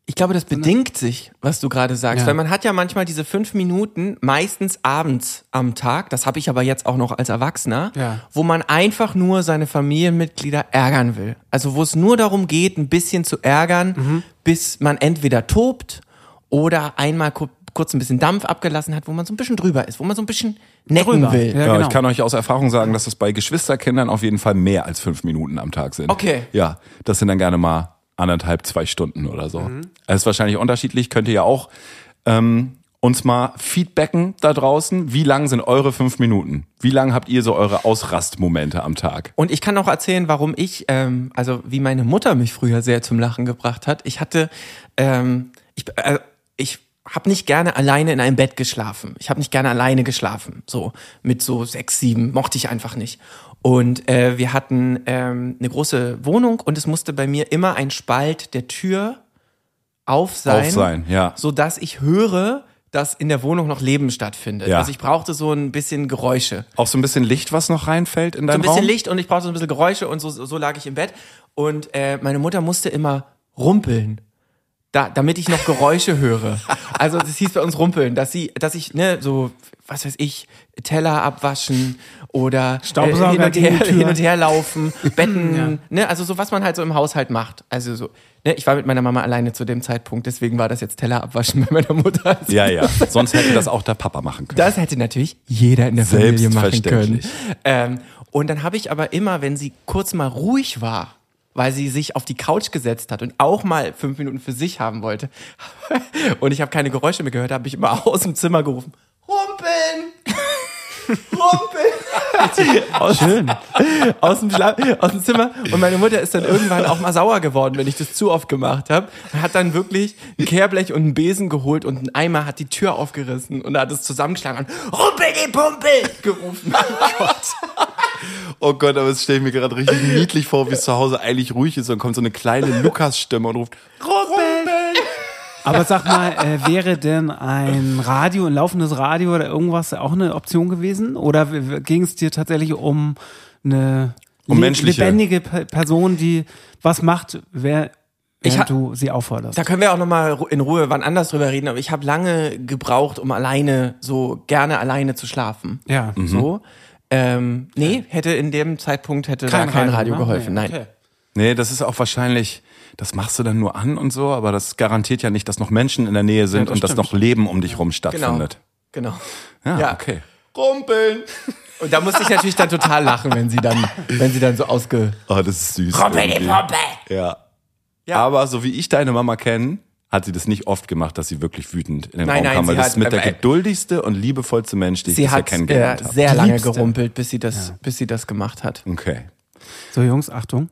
Ich glaube, das bedingt sich, was du gerade sagst, Ja. weil man hat ja manchmal diese fünf Minuten, meistens abends am Tag, das habe ich aber jetzt auch noch als Erwachsener, Ja. wo man einfach nur seine Familienmitglieder ärgern will. Also wo es nur darum geht, ein bisschen zu ärgern, Mhm. bis man entweder tobt oder einmal ku- kurz ein bisschen Dampf abgelassen hat, wo man so ein bisschen drüber ist, wo man so ein bisschen necken Drüber, will. ja. Ja, genau. ich kann euch aus Erfahrung sagen, dass das bei Geschwisterkindern auf jeden Fall mehr als fünf Minuten am Tag sind. Okay. Ja, das sind dann gerne mal anderthalb, zwei Stunden oder so. Mhm. Das ist wahrscheinlich unterschiedlich. Könnt ihr ja auch ähm, uns mal feedbacken da draußen. Wie lang sind eure fünf Minuten? Wie lang habt ihr so eure Ausrastmomente am Tag? Und ich kann auch erzählen, warum ich, ähm, also wie meine Mutter mich früher sehr zum Lachen gebracht hat. Ich hatte, ähm, ich, äh, ich habe nicht gerne alleine in einem Bett geschlafen. Ich habe nicht gerne alleine geschlafen. So mit so sechs, sieben mochte ich einfach nicht. Und äh, wir hatten ähm, eine große Wohnung und es musste bei mir immer ein Spalt der Tür auf sein, Auf sein, ja. sodass ich höre, dass in der Wohnung noch Leben stattfindet. Ja. Also ich brauchte so ein bisschen Geräusche Auch so ein bisschen Licht, was noch reinfällt in so ein deinen bisschen Raum? Licht und ich brauchte so ein bisschen Geräusche und so, so lag ich im Bett. Und äh, meine Mutter musste immer rumpeln. Da, damit ich noch Geräusche höre. Also das hieß bei uns rumpeln, dass sie, dass ich, ne, so, was weiß ich, Teller abwaschen oder äh, Staubsauger hin, und gegen her, die Tür. hin und her laufen, Betten, ne, also so, was man halt so im Haushalt macht. Also so, ne, ich war mit meiner Mama alleine zu dem Zeitpunkt, deswegen war das jetzt Teller abwaschen bei meiner Mutter. Ja, ja. Sonst hätte das auch der Papa machen können. Das hätte natürlich jeder in der Familie machen können. Selbstverständlich. Ähm, und dann habe ich aber immer, wenn sie kurz mal ruhig war, weil sie sich auf die Couch gesetzt hat und auch mal fünf Minuten für sich haben wollte <laughs> und ich habe keine Geräusche mehr gehört, habe ich immer <laughs> aus dem Zimmer gerufen. Rumpeln! Rumpeln! aus, Schön. Aus dem, Schla aus dem Zimmer. Und meine Mutter ist dann irgendwann auch mal sauer geworden, wenn ich das zu oft gemacht habe. Und hat dann wirklich ein Kehrblech und einen Besen geholt und einen Eimer, hat die Tür aufgerissen und hat es zusammengeschlagen und Rumpel die Pumpel gerufen. Oh Gott, aber das stelle ich mir gerade richtig niedlich vor, wie es zu Hause eigentlich ruhig ist und kommt so eine kleine Lukas-Stimme und ruft, aber sag mal, äh, wäre denn ein Radio, ein laufendes Radio oder irgendwas auch eine Option gewesen? Oder ging es dir tatsächlich um eine Um le- menschliche. lebendige Pe- Person, die was macht, wer, Ich ha- während du sie aufforderst? Da können wir auch nochmal in Ruhe wann anders drüber reden, aber ich habe lange gebraucht, um alleine, so gerne alleine zu schlafen. Ja. So. Ähm, nee, hätte in dem Zeitpunkt hätte Kein da kein Radio, Radio, ne? geholfen. Nee, Nein. Nee, das ist auch wahrscheinlich, das machst du dann nur an und so, aber das garantiert ja nicht, dass noch Menschen in der Nähe sind das und dass stimmt. noch Leben um dich rum Genau. stattfindet. Genau. Ja, Ja. Ah, okay. Rumpeln. Und da musste ich natürlich dann total lachen, wenn sie dann, wenn sie dann so ausge. Oh, das ist süß. irgendwie. Ja. ja. Aber so wie ich deine Mama kenne, hat sie das nicht oft gemacht, dass sie wirklich wütend in den Nein, Raum nein, kam, weil sie das hat- ist mit der äh, äh, geduldigste und liebevollste Mensch, die ich Sie bisher hat äh, kennengelernt habe. sehr lange Liebste. gerumpelt, bis sie das, bis sie das gemacht hat. Okay. So, Jungs, Achtung.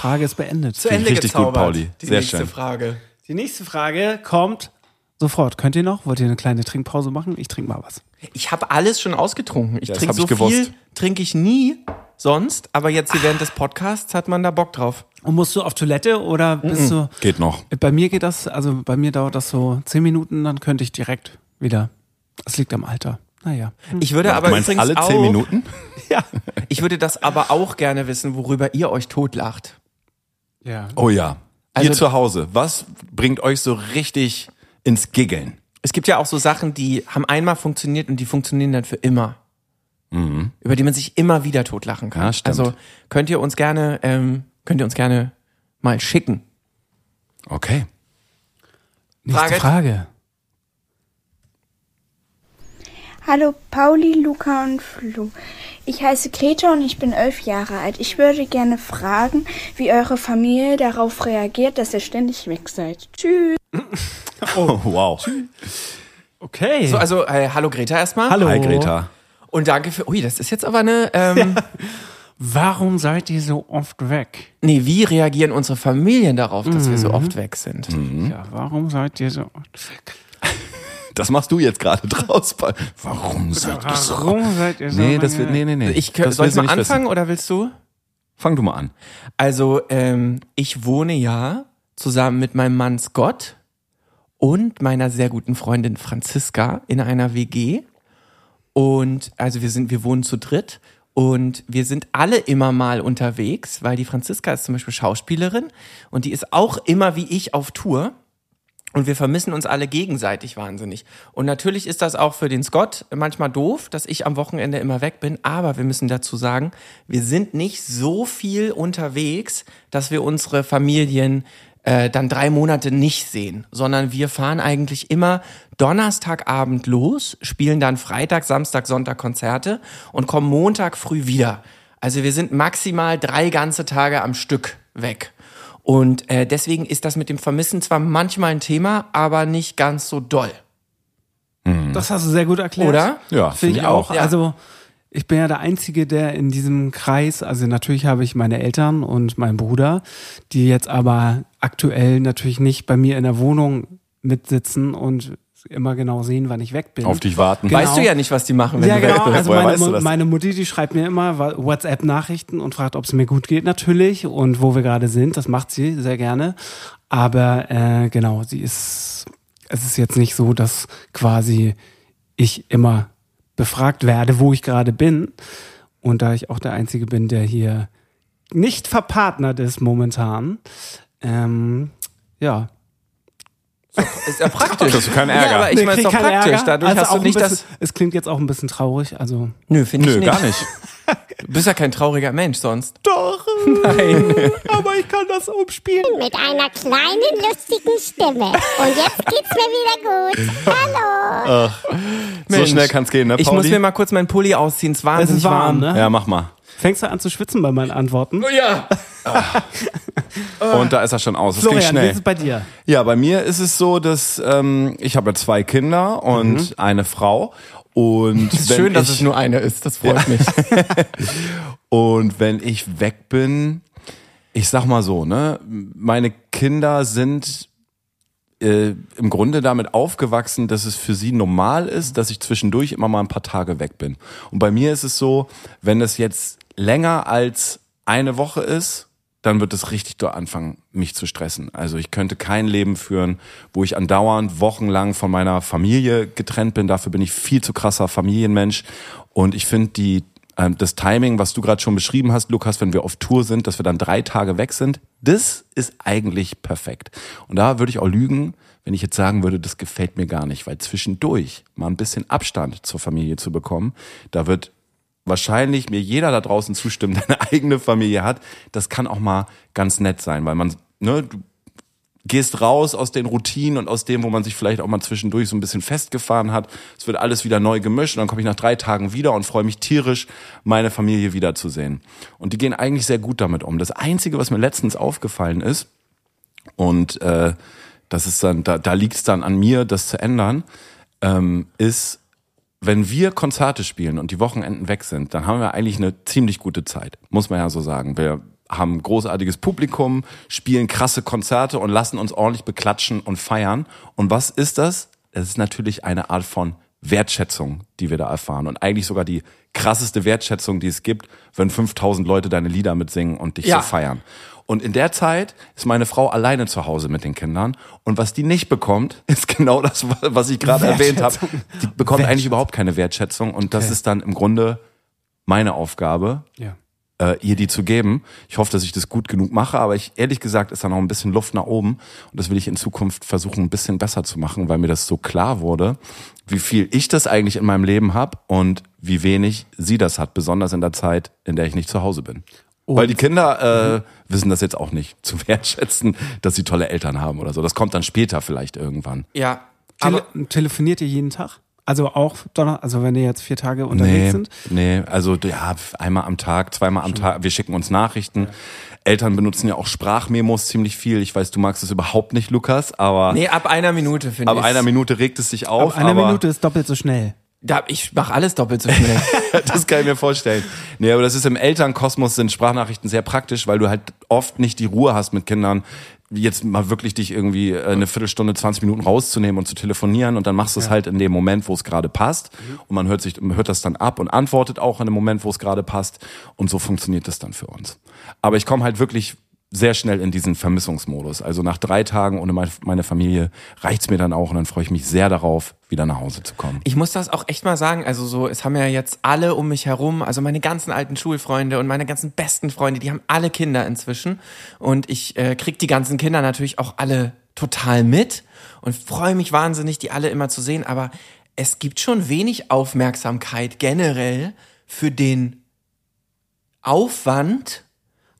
Frage ist beendet. Zu Ende richtig gut, gezaubert, Pauli. die Die Sehr nächste nächste schön. Frage. Die nächste Frage kommt sofort. Könnt ihr noch? Wollt ihr eine kleine Trinkpause machen? Ich trinke mal was. Ich habe alles schon ausgetrunken. Ich Ja, das trinke hab ich so gewusst. viel, trinke ich nie sonst, aber jetzt hier während des Podcasts hat man da Bock drauf. Und musst du auf Toilette oder bist du. Geht noch. Bei mir geht das, also bei mir dauert das so zehn Minuten, dann könnte ich direkt wieder. Das liegt am Alter. Naja. Ich würde aber du meinst übrigens alle auch, zehn Minuten? <laughs> Ja. ich würde das aber auch gerne wissen, worüber ihr euch totlacht. ja. Oh ja. Also- Ihr zu Hause, was bringt euch so richtig ins Giggeln? Es gibt ja auch so Sachen, die haben einmal funktioniert und die funktionieren dann für immer. Über die man sich immer wieder totlachen kann. Mhm. Ja, stimmt. Also könnt ihr uns gerne, ähm, könnt ihr uns gerne mal schicken. Okay. Nächste Frage- Frage. Hallo Pauli, Luca und Flo. Ich heiße Greta und ich bin elf Jahre alt. Ich würde gerne fragen, wie eure Familie darauf reagiert, dass ihr ständig weg seid. Tschüss. Oh, wow. Okay. So, also, äh, hallo Greta erstmal. Hallo. Hi Greta. Und danke für. Ui, das ist jetzt aber eine. Ähm, Warum seid ihr so oft weg? Nee, wie reagieren unsere Familien darauf, dass wir so oft weg sind? Mhm. Hm? Ja, warum seid ihr so oft weg? Das machst du jetzt gerade <laughs> draus. Paul. Warum seid ihr so? Warum seid ihr so Nee, das lange wird, nee, nee, nee. Ich, das soll will ich sie mal nicht anfangen wissen. oder willst du? Fang du mal an. Also, ähm, ich wohne ja zusammen mit meinem Mann Scott und meiner sehr guten Freundin Franziska in einer WG. Und also wir sind, wir wohnen zu dritt und wir sind alle immer mal unterwegs, weil die Franziska ist zum Beispiel Schauspielerin und die ist auch immer wie ich auf Tour. Und wir vermissen uns alle gegenseitig wahnsinnig. Und natürlich ist das auch für den Scott manchmal doof, dass ich am Wochenende immer weg bin. Aber wir müssen dazu sagen, wir sind nicht so viel unterwegs, dass wir unsere Familien äh, dann drei Monate nicht sehen, sondern wir fahren eigentlich immer Donnerstagabend los, spielen dann Freitag, Samstag, Sonntag Konzerte und kommen Montag früh wieder. Also wir sind maximal drei ganze Tage am Stück weg. Und äh, deswegen ist das mit dem Vermissen zwar manchmal ein Thema, aber nicht ganz so doll. Das hast du sehr gut erklärt. Hm. Oder? Ja, Finde ich auch. Also ich bin ja der Einzige, der in diesem Kreis, also natürlich habe ich meine Eltern und meinen Bruder, die jetzt aber aktuell natürlich nicht bei mir in der Wohnung mitsitzen und immer genau sehen, wann ich weg bin. Auf dich warten. Genau. Weißt du ja nicht, was die machen, wenn Ja, du weg genau. bist. Also Woher meine, weißt du Mu- das? meine Mutti, die schreibt mir immer Wa- WhatsApp-Nachrichten und fragt, ob es mir gut geht, natürlich. Und wo wir gerade sind, das macht sie sehr gerne. Aber äh, genau, sie ist, es ist jetzt nicht so, dass quasi ich immer befragt werde, wo ich gerade bin. Und da ich auch der Einzige bin, der hier nicht verpartnert ist momentan, ähm, ja, Ist ja praktisch. Hast du keinen Ärger. Ja, aber ich Nee, meine, ist krieg doch keinen praktisch. Ärger. Dadurch Also hast du auch ein nicht das. bisschen, Es klingt jetzt auch ein bisschen traurig, also. Nö, finde ich Nö, nicht. gar nicht. Du bist ja kein trauriger Mensch sonst. Doch! <laughs> Nein. Aber ich kann das umspielen. mit einer kleinen, lustigen Stimme. Und jetzt geht's mir wieder gut. Hallo. so schnell kann's gehen, ne, Ich muss Pauli? mir mal kurz meinen Pulli ausziehen. Es ist Es wahnsinnig ist warm, ne? ja, mach mal. Fängst du an zu schwitzen bei meinen Antworten? Ja. Äh, Und da ist er schon aus. Es ging Florian, wie schnell. ist es bei dir? Ja, bei mir ist es so, dass ähm, ich habe ja zwei Kinder und eine Frau. Und wenn Mhm. <laughs> Schön, dass ich, es nur eine ist. Das freut mich. Und wenn ich weg bin, ich sag mal so, ne, meine Kinder sind äh, im Grunde damit aufgewachsen, dass es für sie normal ist, dass ich zwischendurch immer mal ein paar Tage weg bin. Und bei mir ist es so, wenn das jetzt länger als eine Woche ist, dann wird es richtig doll anfangen, mich zu stressen. Also ich könnte kein Leben führen, wo ich andauernd wochenlang von meiner Familie getrennt bin. Dafür bin ich viel zu krasser Familienmensch. Und ich finde die ähm, das Timing, was du gerade schon beschrieben hast, Lukas, wenn wir auf Tour sind, dass wir dann drei Tage weg sind, das ist eigentlich perfekt. Und da würde ich auch lügen, wenn ich jetzt sagen würde, das gefällt mir gar nicht, weil zwischendurch mal ein bisschen Abstand zur Familie zu bekommen, da wird wahrscheinlich mir jeder da draußen zustimmen, <laughs> der eine eigene Familie hat, das kann auch mal ganz nett sein, weil man, ne, du gehst raus aus den Routinen und aus dem, wo man sich vielleicht auch mal zwischendurch so ein bisschen festgefahren hat. Es wird alles wieder neu gemischt und dann komme ich nach drei Tagen wieder und freue mich tierisch, meine Familie wiederzusehen. Und die gehen eigentlich sehr gut damit um. Das Einzige, was mir letztens aufgefallen ist, und äh, das ist dann, da, da liegt es dann an mir, das zu ändern, ähm, ist, wenn wir Konzerte spielen und die Wochenenden weg sind, dann haben wir eigentlich eine ziemlich gute Zeit, muss man ja so sagen. Wir haben großartiges Publikum, spielen krasse Konzerte und lassen uns ordentlich beklatschen und feiern. Und was ist das? Es ist natürlich eine Art von Wertschätzung, die wir da erfahren. Und eigentlich sogar die krasseste Wertschätzung, die es gibt, wenn 5000 Leute deine Lieder mitsingen und dich Ja. so feiern. Und in der Zeit ist meine Frau alleine zu Hause mit den Kindern. Und was die nicht bekommt, <laughs> ist genau das, was ich gerade erwähnt habe. Wertschätzung. Die bekommt eigentlich überhaupt keine Wertschätzung. Und das ist dann im Grunde meine Aufgabe, Ja. äh, ihr die zu geben. Ich hoffe, dass ich das gut genug mache, aber ich ehrlich gesagt ist da noch ein bisschen Luft nach oben und das will ich in Zukunft versuchen, ein bisschen besser zu machen, weil mir das so klar wurde, wie viel ich das eigentlich in meinem Leben habe und wie wenig sie das hat, besonders in der Zeit, in der ich nicht zu Hause bin. Weil die Kinder äh, wissen das jetzt auch nicht zu <laughs> wertschätzen, dass sie tolle Eltern haben oder so. Das kommt dann später vielleicht irgendwann. ja. Tele Aber telefoniert ihr jeden Tag? Also auch Donner, also wenn ihr jetzt vier Tage unterwegs Nee, sind. nee, also ja, einmal am Tag, zweimal am Tag, wir schicken uns Nachrichten. Eltern benutzen ja auch Sprachmemos ziemlich viel. Ich weiß, du magst es überhaupt nicht, Lukas, aber Nee, ab einer Minute finde ich. ab einer Minute regt es sich auf. Auf einer aber Minute ist doppelt so schnell. Da, ich mache alles doppelt so schnell. <laughs> das kann ich mir vorstellen. Nee, aber das ist im Elternkosmos sind Sprachnachrichten sehr praktisch, weil du halt oft nicht die Ruhe hast mit Kindern, jetzt mal wirklich dich irgendwie äh, eine Viertelstunde, 20 Minuten rauszunehmen und zu telefonieren und dann machst du es halt in dem Moment, wo es gerade passt und man hört sich man hört das dann ab und antwortet auch in dem Moment, wo es gerade passt und so funktioniert das dann für uns. Aber ich komme halt wirklich sehr schnell in diesen Vermissungsmodus. Also nach drei Tagen ohne mein- meine Familie reicht's mir dann auch und dann freue ich mich sehr darauf, wieder nach Hause zu kommen. Ich muss das auch echt mal sagen. Also so, es haben ja jetzt alle um mich herum, also meine ganzen alten Schulfreunde und meine ganzen besten Freunde, die haben alle Kinder inzwischen. Und ich äh, krieg die ganzen Kinder natürlich auch alle total mit und freue mich wahnsinnig, die alle immer zu sehen. Aber es gibt schon wenig Aufmerksamkeit generell für den Aufwand,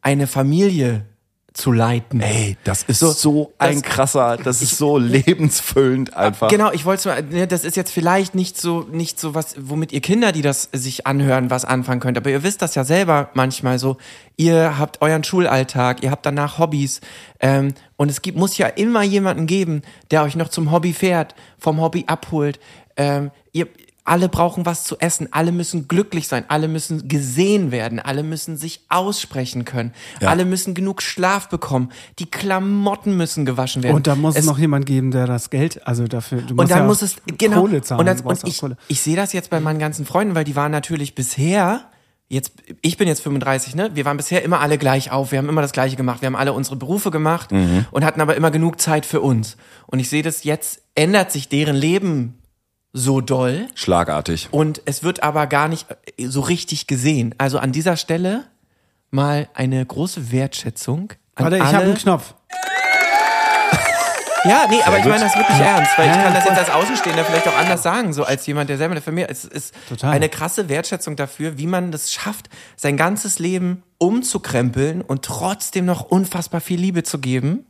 eine Familie zu leiten. Ey, das ist So, so, das- ein krasser, das ist <laughs> so lebensfüllend einfach. Genau, ich wollte mal, ne, das ist jetzt vielleicht nicht so, nicht so was, womit ihr Kinder, die das sich anhören, was anfangen könnt. Aber ihr wisst das ja selber manchmal so. Ihr habt euren Schulalltag, ihr habt danach Hobbys. Ähm, und es gibt, muss ja immer jemanden geben, der euch noch zum Hobby fährt, vom Hobby abholt. Ähm, ihr, alle brauchen was zu essen, alle müssen glücklich sein, alle müssen gesehen werden, alle müssen sich aussprechen können, alle müssen genug Schlaf bekommen, die Klamotten müssen gewaschen werden. Und da muss es Es noch jemand geben, der das Geld, also dafür, du musst und dann ja muss es genau Kohle zahlen. und, du dann, brauchst und auch ich, Kohle. ich sehe das jetzt bei meinen ganzen Freunden, weil die waren natürlich bisher jetzt ich bin jetzt 35, ne? Wir waren bisher immer alle gleich auf, wir haben immer das gleiche gemacht, wir haben alle unsere Berufe gemacht und hatten aber immer genug Zeit für uns. Und ich sehe das jetzt ändert sich deren Leben so doll Schlagartig. und es wird aber gar nicht äh, so richtig gesehen. Also an dieser Stelle mal eine große Wertschätzung an Warte, ich alle. habe einen Knopf. Ja, nee, aber ich gut. meine das wirklich ernst, weil ich Ja, kann das voll. jetzt als Außenstehender vielleicht auch anders sagen, so als jemand, der selber eine Familie Es ist Total. eine krasse Wertschätzung dafür, wie man das schafft, sein ganzes Leben umzukrempeln und trotzdem noch unfassbar viel Liebe zu geben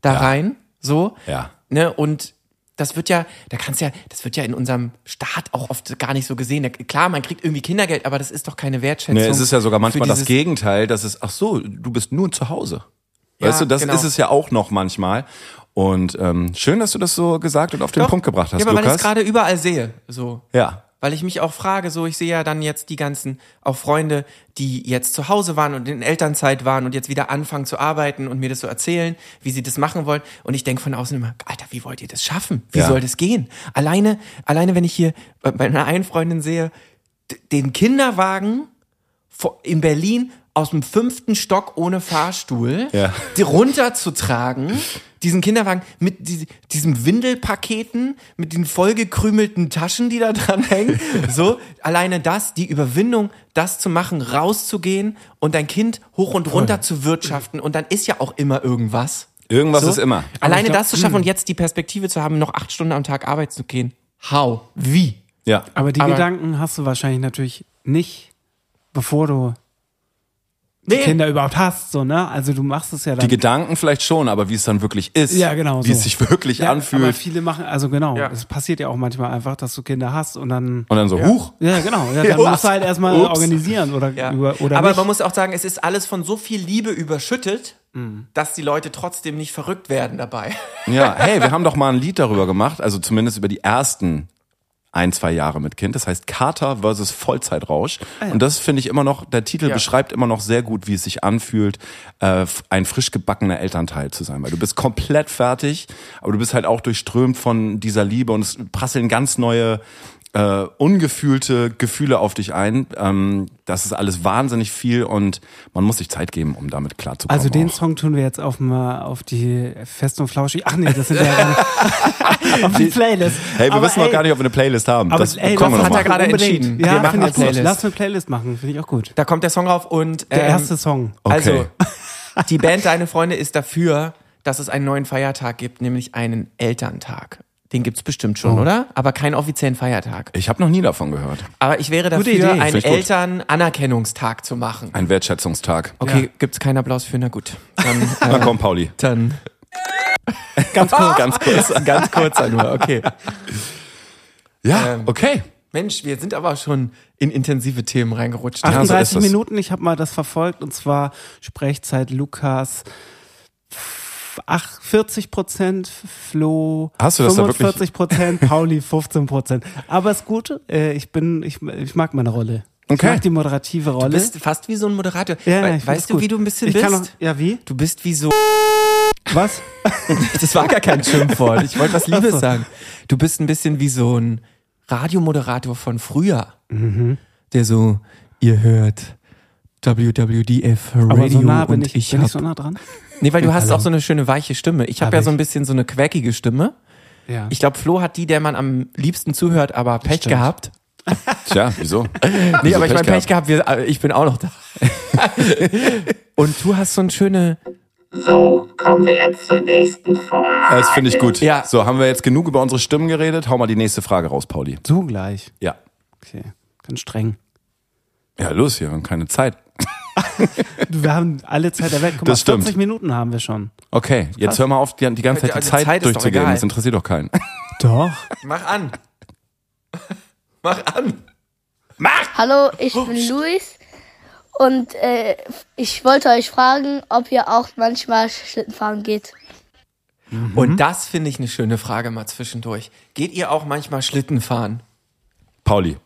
da rein, so. Ja. Ne, und das wird ja, da kannst ja, das wird ja in unserem Staat auch oft gar nicht so gesehen. Da, klar, man kriegt irgendwie Kindergeld, aber das ist doch keine Wertschätzung. Nee, es ist ja sogar für manchmal das dieses- Gegenteil, dass es, ach so, du bist nur zu Hause. Ja, weißt du, das genau. ist es ja auch noch manchmal. Und ähm, schön, dass du das so gesagt und auf den Doch. Punkt gebracht hast, Ja, aber weil ich es Lukas. gerade überall sehe, so. Ja. Weil ich mich auch frage, so ich sehe ja dann jetzt die ganzen auch Freunde, die jetzt zu Hause waren und in Elternzeit waren und jetzt wieder anfangen zu arbeiten und mir das so erzählen, wie sie das machen wollen. Und ich denke von außen immer, Alter, wie wollt ihr das schaffen? Wie Ja. soll das gehen? Alleine, alleine, wenn ich hier bei bei einer einen Freundin sehe, d- den Kinderwagen vor- in Berlin aus dem fünften Stock ohne Fahrstuhl Ja. die runterzutragen, diesen Kinderwagen mit die, diesem Windelpaketen, mit den vollgekrümelten Taschen, die da dran hängen. So, alleine das, die Überwindung, das zu machen, rauszugehen und dein Kind hoch und runter zu wirtschaften. Und dann ist ja auch immer irgendwas. Irgendwas So. Ah, ist immer. Alleine das zu schaffen und jetzt die Perspektive zu haben, noch acht Stunden am Tag arbeiten zu gehen. How? Wie? Ja. Aber die Aber- Gedanken hast du wahrscheinlich natürlich nicht, bevor du die Kinder überhaupt hast, so, ne? Also du machst es ja dann. Die Gedanken vielleicht schon, aber wie es dann wirklich ist. Ja, genau Wie so. es sich wirklich ja, Aber anfühlt. viele machen, also genau, Ja. es passiert ja auch manchmal einfach, dass du Kinder hast und dann. Und dann so, huch. Ja, genau. <laughs> Ja, dann Ups. musst du halt erstmal Ups. organisieren oder, Ja. über, oder Aber nicht. man muss auch sagen, es ist alles von so viel Liebe überschüttet, dass die Leute trotzdem nicht verrückt werden dabei. <laughs> Ja, hey, wir haben doch mal ein Lied darüber gemacht, also zumindest über die ersten ein, zwei Jahre mit Kind. Das heißt Kater versus Vollzeitrausch. Ah, Und das finde ich immer noch, der Titel Ja. beschreibt immer noch sehr gut, wie es sich anfühlt, äh, f- ein frisch gebackener Elternteil zu sein. Weil du bist komplett fertig, aber du bist halt auch durchströmt von dieser Liebe und es prasseln ganz neue äh, ungefühlte Gefühle auf dich ein. Ähm, das ist alles wahnsinnig viel und man muss sich Zeit geben, um damit klarzukommen. also den auch. Song tun wir jetzt auf, mal auf die Fest und Flauschig. Ach nee, das sind ja gar <laughs> nicht. auf die Playlist. Hey, wir Aber wissen noch ey, gar nicht, ob wir eine Playlist haben. Aber das ey, kommen wir das noch hat mal. er gerade unbedingt. entschieden. Wir Ja, machen finde eine ich gut. Playlist. Lass eine Playlist machen, finde ich auch gut. Da kommt der Song rauf und Der ähm, erste Song. Also Okay. <laughs> die Band Deine Freunde ist dafür, dass es einen neuen Feiertag gibt, nämlich einen Elterntag. Den gibt's bestimmt Oh. schon, oder? Aber keinen offiziellen Feiertag. Ich habe noch nie davon gehört. Aber ich wäre Gute dafür, Idee. einen Finde ich gut. Eltern-Anerkennungstag zu machen. Ein Wertschätzungstag. Okay, gibt's keinen Applaus für? Na gut. Dann, Na äh, <laughs> komm, Pauli. dann Ganz kurz. Ganz kurz. <laughs> ganz kurzer nur, okay. Ja, Ähm, okay. Mensch, wir sind aber schon in intensive Themen reingerutscht. Ach, so 38 ist das. Minuten, ich habe mal das verfolgt und zwar Sprechzeit Lukas ach, 40 Prozent, Flo Hast du das da wirklich- 45 Prozent, Pauli 15 Prozent. Aber ist gut, äh, ich bin, ich, ich mag meine Rolle. Ich Okay. mag die moderative Rolle. Du bist fast wie so ein Moderator. Ne? Wei- ja, ja, ich find's weißt du, gut. wie du ein bisschen ich bist? Kann noch, ja, wie? Du bist wie so. <laughs> Was? Das war gar kein Schimpfwort. Ich wollte was Liebes <laughs> Ach so. sagen. Du bist ein bisschen wie so ein Radiomoderator von früher, Mhm. der so, ihr hört WWDF Radio Aber so nah bin und ich, ich, bin hab. ich so nah dran? nee, weil du hast auch so eine schöne weiche Stimme. Ich habe Hab ja so ich. ein bisschen so eine quäkige Stimme. Ja. Ich glaube, Flo hat die, der man am liebsten zuhört, aber Pech stimmt. Also gehabt. Tja, wieso? <laughs> Nee, Wieso aber ich meine, Pech gehabt, wir, äh, ich bin auch noch <laughs> da. Und du hast so ein schöne, Ja, Äh, Das finde ich gut. Ja. So, haben wir jetzt genug über unsere Stimmen geredet? Hau mal die nächste Frage raus, Pauli. so gleich. Ja. Okay, <laughs> ganz streng. Ja, los, wir haben keine Zeit. Du, Wir haben alle Zeit der Welt. Guck Das mal, stimmt. 40 Minuten haben wir schon. Okay, jetzt hör mal auf, die, die ganze Zeit die Also Zeit, Zeit ist doch durchzugeben. egal. Das interessiert doch keinen. Doch. mach an. <laughs> Mach an. Hallo, ich bin Luis und äh, ich wollte euch fragen, ob ihr auch manchmal Schlittenfahren geht. Mhm. Und das finde ich eine schöne Frage mal zwischendurch. Geht ihr auch manchmal Schlitten fahren? Pauli.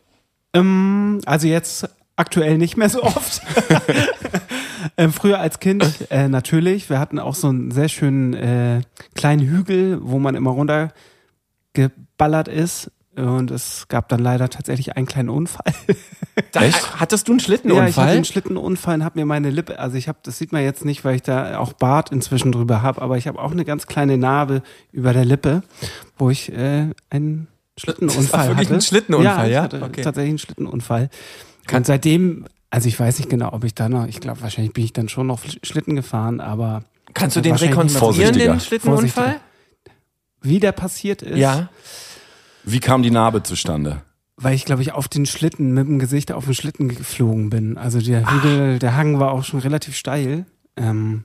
Ähm, also jetzt aktuell nicht mehr so oft. ähm, früher als Kind äh, natürlich. Wir hatten auch so einen sehr schönen äh, kleinen Hügel, wo man immer runtergeballert ist. Und es gab dann leider tatsächlich einen kleinen Unfall. Da, Echt? Hattest du einen Ja, ich hatte Schlittenunfall? einen Schlittenunfall und habe mir meine Lippe, also ich habe, das sieht man jetzt nicht, weil ich da auch Bart inzwischen drüber habe, aber ich habe auch eine ganz kleine Narbe über der Lippe, wo ich äh, einen Schlittenunfall Das war wirklich hatte. ein Schlittenunfall, ich ja? Hatte Okay. Tatsächlich einen Schlittenunfall. und seitdem, also ich weiß nicht genau, ob ich da noch, ich glaube, wahrscheinlich bin ich dann schon noch Schlitten gefahren, aber Kannst du den Wahrscheinlich niemand rekonstruieren, den vorsichtiger. Schlittenunfall? wie der passiert ist, Ja. Wie kam die Narbe zustande? weil ich glaube ich auf den Schlitten mit dem Gesicht auf den Schlitten geflogen bin. Also der Hügel, der Hang war auch schon relativ steil. Ähm,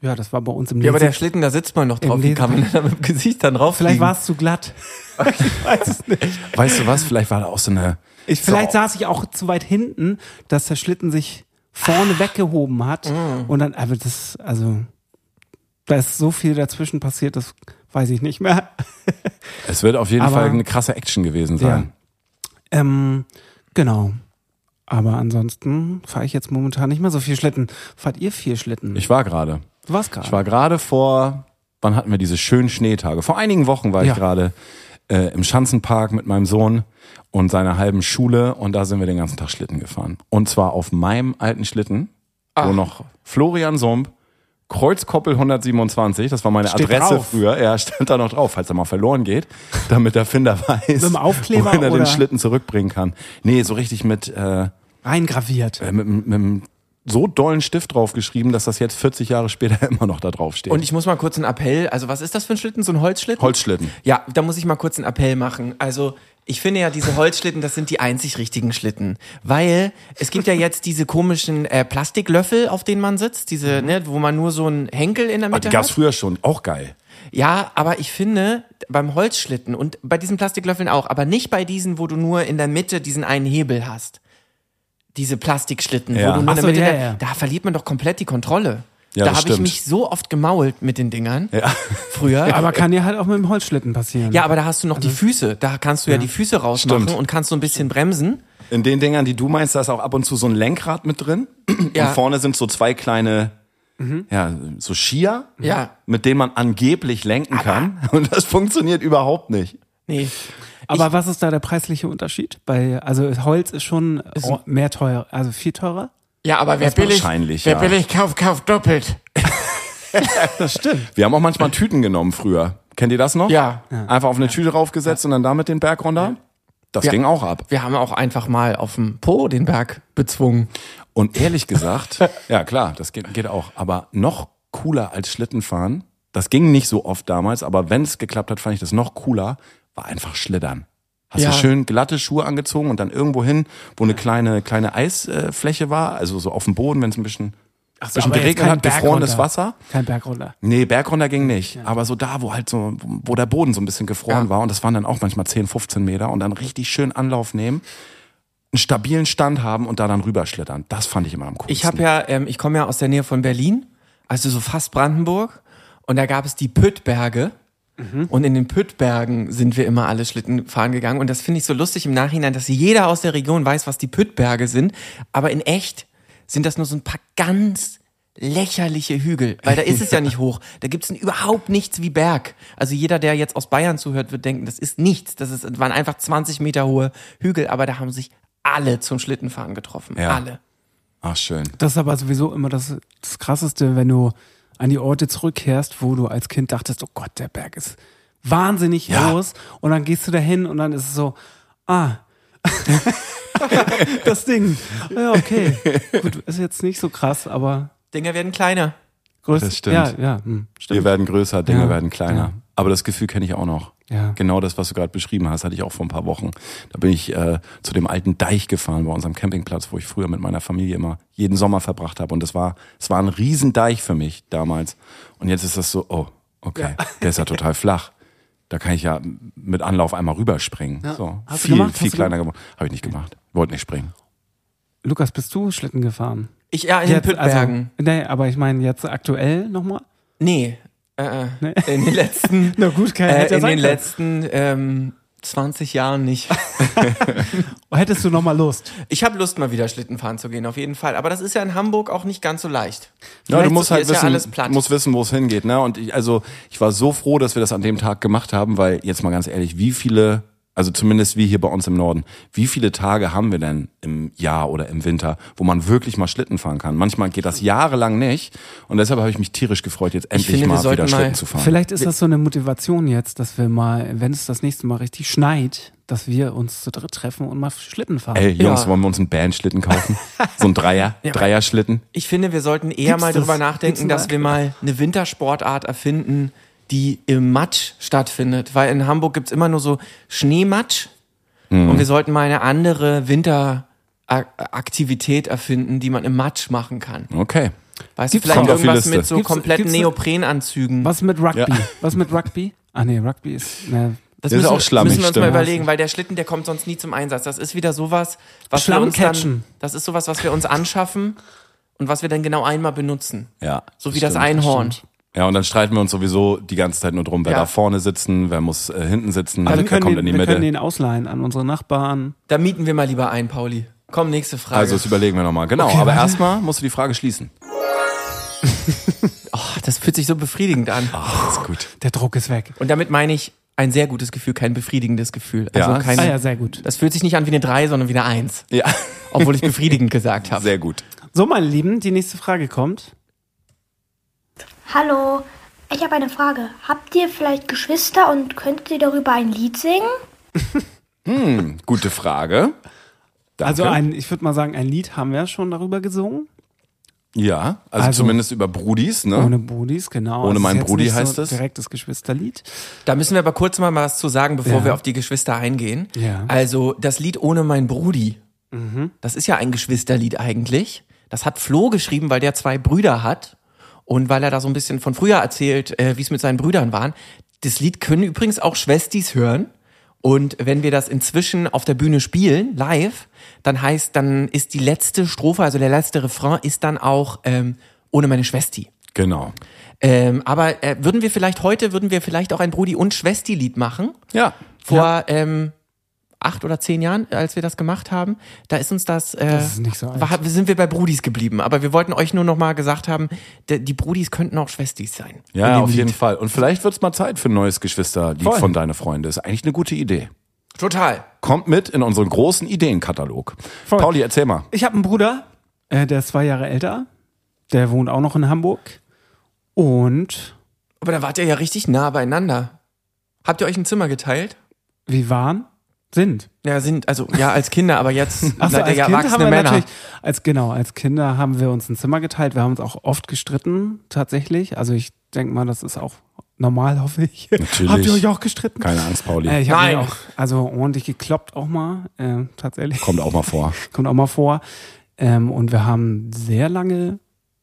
ja, das war bei uns im Ja, aber Lesen- der Schlitten, da sitzt man noch drauf. Im Wie kann man Lesen- denn da mit dem Gesicht dann drauf Vielleicht liegen? war es zu <laughs> glatt. ich weiß es nicht. Weißt du was? Vielleicht war da auch so eine. Ich, vielleicht saß ich auch zu weit hinten, dass der Schlitten sich vorne weggehoben hat. Mm. Und dann, aber das, also, da ist so viel dazwischen passiert, das weiß ich nicht mehr. Es wird auf jeden Aber- Fall eine krasse Action gewesen sein. Ähm, genau. Aber ansonsten fahre ich jetzt momentan nicht mehr so viel Schlitten. Fahrt ihr viel Schlitten? Ich war gerade. du warst gerade. Ich war gerade vor, wann hatten wir diese schönen Schneetage? Vor einigen Wochen war Ja. ich gerade äh, im Schanzenpark mit meinem Sohn und seiner halben Schule und da sind wir den ganzen Tag Schlitten gefahren. Und zwar auf meinem alten Schlitten, Ah. wo noch Florian Sump, Kreuzkoppel 127, das war meine Steht Adresse drauf. früher, er stand da noch drauf, falls er mal verloren geht, damit der <laughs> Finder weiß, einem Aufkleber wohin er oder- den Schlitten zurückbringen kann. Nee, so richtig mit... Äh, Reingraviert. äh, mit, mit einem so dollen Stift draufgeschrieben, dass das jetzt 40 Jahre später <laughs> immer noch da draufsteht. Und ich muss mal kurz einen Appell, also was ist das für ein Schlitten? So ein Holzschlitten? Holzschlitten. Ja, da muss ich mal kurz einen Appell machen. Also ich finde ja, diese Holzschlitten, das sind die einzig richtigen Schlitten. Weil es gibt ja jetzt diese komischen äh, Plastiklöffel, auf denen man sitzt, diese, ne, wo man nur so einen Henkel in der Mhm. Ah, die Mitte gab's hat. früher schon, auch geil. Ja, aber ich finde, beim Holzschlitten und bei diesen Plastiklöffeln auch, aber nicht bei diesen, wo du nur in der Mitte diesen einen Hebel hast. Diese Plastikschlitten, Ja. wo du nur Ach in so, der Mitte, ja, der- ja. da verliert man doch komplett die Kontrolle. Ja, da das habe ich stimmt. mich so oft gemault mit den Dingern früher. äh, Aber kann ja halt auch mit dem Holzschlitten passieren. Ja, aber da hast du noch die Füße. Da kannst du ja, die Füße rausmachen Also, Stimmt. und kannst so ein bisschen bremsen. In den Dingern, die du meinst, da ist auch ab und zu so ein Lenkrad mit drin. Ja. Mhm. Und vorne sind so zwei kleine, ja, so Skier, Ja. mit denen man angeblich lenken kann. <laughs> Und das funktioniert überhaupt nicht. Nee. Aber was ist da der preisliche Unterschied? Bei, also Holz ist schon oh, mehr teuer, also viel teurer. Ja, aber wer billig- wahrscheinlich, wer ja. billig kauft, kauft doppelt. Das stimmt. Wir haben auch manchmal Tüten genommen früher. Kennt ihr das noch? Ja. Einfach auf eine Tüte raufgesetzt und dann damit den Berg runter. Das ging auch ab. Wir haben auch einfach mal auf dem Po den Berg bezwungen. Und ehrlich <laughs> gesagt, ja klar, das geht, geht auch. Aber noch cooler als Schlittenfahren, das ging nicht so oft damals, aber wenn es geklappt hat, fand ich das noch cooler, war einfach Schlittern. Hast Ja. du schön glatte Schuhe angezogen und dann irgendwo hin, wo eine kleine, kleine Eisfläche war, also so auf dem Boden, wenn es ein bisschen Ach so, bisschen aber jetzt geregnet kein hat, Berg gefrorenes runter. Wasser. Kein Berg runter. Nee, Berg runter ging nicht. Aber so da, wo halt so, wo der Boden so ein bisschen gefroren Ja. war, und das waren dann auch manchmal 10, 15 Meter, und dann richtig schön Anlauf nehmen, einen stabilen Stand haben und da dann rüberschlittern. Das fand ich immer am coolsten. Ich habe ja, ähm, ich komme ja aus der Nähe von Berlin, also so fast Brandenburg. Und da gab es die Püttberge. Und in den Püttbergen sind wir immer alle Schlitten fahren gegangen. Und das finde ich so lustig im Nachhinein, dass jeder aus der Region weiß, was die Püttberge sind. Aber in echt sind das nur so ein paar ganz lächerliche Hügel. Weil da ist es ja nicht hoch. Da gibt es überhaupt nichts wie Berg. Also jeder, der jetzt aus Bayern zuhört, wird denken, das ist nichts. Das ist, waren einfach 20 Meter hohe Hügel. Aber da haben sich alle zum Schlittenfahren getroffen. Ja. Alle. Ach, schön. Das ist aber sowieso immer das, das Krasseste, wenn du an die Orte zurückkehrst, wo du als Kind dachtest, oh Gott, der Berg ist wahnsinnig Ja. groß. Und dann gehst du dahin und dann ist es so, ah, <laughs> das Ding. Ja, okay. Gut, ist jetzt nicht so krass, aber Dinger werden kleiner. größer. Das stimmt. Ja, ja, hm, Wir stimmt. werden größer, Dinge Ja. werden kleiner. Ja. Aber das Gefühl kenne ich auch noch. Ja. Genau das, was du gerade beschrieben hast, hatte ich auch vor ein paar Wochen. Da bin ich äh, zu dem alten Deich gefahren bei unserem Campingplatz, wo ich früher mit meiner Familie immer jeden Sommer verbracht habe. Und das war, es war ein Riesendeich für mich damals. Und jetzt ist das so, oh, okay, der ist ja <laughs> total flach. Da kann ich ja mit Anlauf einmal rüberspringen. So. Hast du viel, gemacht? viel Hast du kleiner geworden. Habe ich nicht gemacht. Wollte nicht springen. Lukas, bist du Schlitten gefahren? Ich ja in den Püttbergen. Also, nee, aber ich meine jetzt aktuell nochmal. nee. Äh, äh, In den <laughs> letzten, Na gut, kein äh, hätte ja in sein den können. letzten ähm, 20 Jahren <laughs> nicht. Hättest du nochmal Lust? Ich habe Lust, mal wieder Schlitten fahren zu gehen, auf jeden Fall. Aber das ist ja in Hamburg auch nicht ganz so leicht. Ja, du Vielleicht musst hier halt ist ja wissen, alles platt. musst wissen, wo es hingeht. Ne? Und ich, also ich war so froh, dass wir das an dem Tag gemacht haben, weil jetzt mal ganz ehrlich, wie viele, also zumindest wir hier bei uns im Norden, wie viele Tage haben wir denn im Jahr oder im Winter, wo man wirklich mal Schlitten fahren kann? Manchmal geht das jahrelang nicht. Und deshalb habe ich mich tierisch gefreut, jetzt endlich finde, wir mal sollten wieder mal- Schlitten zu fahren. Vielleicht ist das so eine Motivation jetzt, dass wir mal, wenn es das nächste Mal richtig schneit, dass wir uns zu dritt treffen und mal Schlitten fahren. Ey, Jungs, Ja. wollen wir uns einen Bandschlitten kaufen? so <laughs> ein Dreier, Dreier-Schlitten. Ich finde, wir sollten eher Gibt's mal das? drüber Gibt's nachdenken, das? dass wir mal eine Wintersportart erfinden, die im Matsch stattfindet. Weil in Hamburg gibt's immer nur so Schneematsch. Und wir sollten mal eine andere Winteraktivität erfinden, die man im Matsch machen kann. Okay. Weißt du, Gibt's vielleicht Kommt auf die irgendwas Liste. mit so Gibt's- kompletten gibt's ne- Neoprenanzügen. Was mit Rugby? Ja. Was mit Rugby? Ah nee, Rugby ist ne, Das Ist müssen, auch schlammig, müssen wir uns stimmt. mal überlegen, weil der Schlitten, der kommt sonst nie zum Einsatz. Das ist wieder sowas, was Schlamm wir uns dann, catchen. das ist sowas, was wir uns anschaffen und was wir dann genau einmal benutzen. Ja. So wie stimmt. das Einhorn. Ja, und dann streiten wir uns sowieso die ganze Zeit nur drum, wer Ja. da vorne sitzen, wer muss äh, hinten sitzen, Aber Also wir wer können, kommt den, in die wir Mitte. können den ausleihen an unsere Nachbarn. Da mieten wir mal lieber ein, Pauli. Komm, nächste Frage. Also das überlegen wir nochmal. Genau, aber erstmal musst du die Frage schließen. Ach, Oh, das fühlt sich so befriedigend an. ist gut. Der Druck ist weg. Und damit meine ich ein sehr gutes Gefühl, kein befriedigendes Gefühl. Also Ja. kein, Ah ja, sehr gut. Das fühlt sich nicht an wie eine 3, sondern wie eine 1. Ja, Obwohl ich befriedigend <laughs> gesagt habe. sehr gut. So, meine Lieben, die nächste Frage kommt. Hallo, ich habe eine Frage. Habt ihr vielleicht Geschwister und könntet ihr darüber ein Lied singen? Gute Frage. Danke. Also ein, ich würde mal sagen, ein Lied haben wir schon darüber gesungen. Ja, also, Also- zumindest über Brudis, ne? Ohne Brudis, genau. Ohne Es ist meinen jetzt Brudi nicht heißt so es. Direktes Geschwisterlied. Da müssen wir aber kurz mal was zu sagen, bevor Ja. wir auf die Geschwister eingehen. Ja. Mhm. Also das Lied Ohne mein Brudi, das ist ja ein Geschwisterlied eigentlich. Das hat Flo geschrieben, weil der zwei Brüder hat und weil er da so ein bisschen von früher erzählt, äh, wie es mit seinen Brüdern waren. Das Lied können übrigens auch Schwestis hören. Und wenn wir das inzwischen auf der Bühne spielen, live, dann heißt, dann ist die letzte Strophe, also der letzte Refrain, ist dann auch ähm, ohne meine Schwesti. Genau. Ähm, aber äh, würden wir vielleicht heute, würden wir vielleicht auch ein Brudi- und Schwesti-Lied machen? Ja. Vor ähm, acht oder zehn Jahren, als wir das gemacht haben, da ist uns das, äh, Das ist nicht so alt. war, sind wir bei Brudis geblieben. Aber wir wollten euch nur noch mal gesagt haben, d- die Brudis könnten auch Schwestis sein. In Ja, dem auf jeden Lied. Fall. Und vielleicht wird's mal Zeit für ein neues Geschwisterlied Voll. von Deine Freunde. Ist eigentlich eine gute Idee. Total. Kommt mit in unseren großen Ideenkatalog. Voll. Pauli, erzähl mal. Ich habe einen Bruder, äh, der ist zwei Jahre älter. Der wohnt auch noch in Hamburg. Und Aber da wart ihr ja richtig nah beieinander. Habt ihr euch ein Zimmer geteilt? wir waren, sind. Ja, sind, also, ja, als Kinder, aber <laughs> jetzt Ach so, seid ihr als ja Kind haben erwachsene wir Männer. natürlich, als genau, als Kinder haben wir uns ein Zimmer geteilt. Wir haben uns auch oft gestritten, tatsächlich. Also ich denke mal, das ist auch normal, <laughs> hoffe ich. Natürlich. Habt ihr euch auch gestritten? Keine Angst, Pauli. Äh, ich habe Nein. auch, also ordentlich gekloppt auch mal, äh, <laughs> tatsächlich. Kommt auch mal vor. Kommt auch mal vor. Ähm, und wir haben sehr lange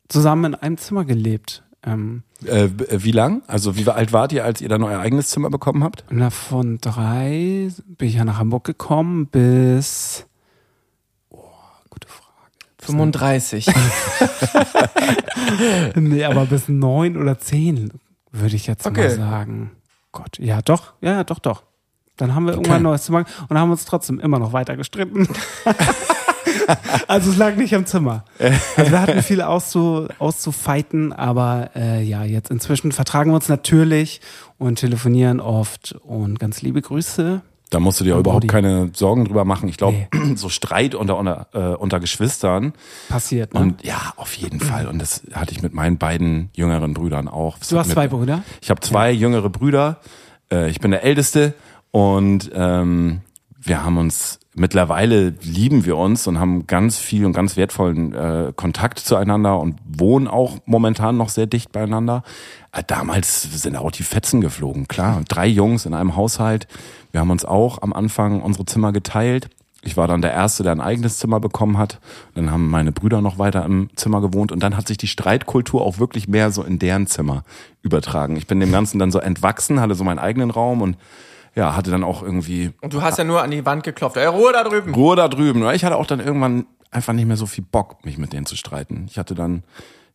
zusammen in einem Zimmer gelebt. Ähm, Äh, b- äh, wie lang? Also wie alt wart ihr, als ihr dann euer eigenes Zimmer bekommen habt? na, von drei bin ich ja nach Hamburg gekommen bis <laughs> 35. nee, aber bis neun oder zehn, würde ich jetzt Okay. mal sagen. Gott, ja, doch, ja, doch, doch. Dann haben wir irgendwann ein neues Zimmer und haben uns trotzdem immer noch weiter <laughs> gestritten. also es lag nicht am Zimmer. Also wir hatten viel auszu, auszufeiten, aber äh, ja, jetzt inzwischen vertragen wir uns natürlich und telefonieren oft und ganz liebe Grüße. Da musst du dir Am überhaupt Body. keine Sorgen drüber machen. Ich glaube, <clears throat> so Streit unter, unter, äh, unter Geschwistern. Passiert, ne? Und ja, auf jeden Fall. Und das hatte ich mit meinen beiden jüngeren Brüdern auch. Das Du hat hast mir- zwei Brüder? Ich habe zwei jüngere Brüder. Äh, ich bin der Älteste und ähm, wir haben uns mittlerweile lieben wir uns und haben ganz viel und ganz wertvollen äh, Kontakt zueinander und wohnen auch momentan noch sehr dicht beieinander. Äh, damals sind auch die Fetzen geflogen, klar. Drei Jungs in einem Haushalt. Wir haben uns auch am Anfang unsere Zimmer geteilt. Ich war dann der Erste, der ein eigenes Zimmer bekommen hat. Dann haben meine Brüder noch weiter im Zimmer gewohnt. Und dann hat sich die Streitkultur auch wirklich mehr so in deren Zimmer übertragen. Ich bin dem Ganzen dann so entwachsen, hatte so meinen eigenen Raum und ja, hatte dann auch irgendwie Und du hast ja nur an die Wand geklopft. Ey, Ruhe da drüben. Ruhe da drüben. Ich hatte auch dann irgendwann einfach nicht mehr so viel Bock, mich mit denen zu streiten. Ich hatte dann,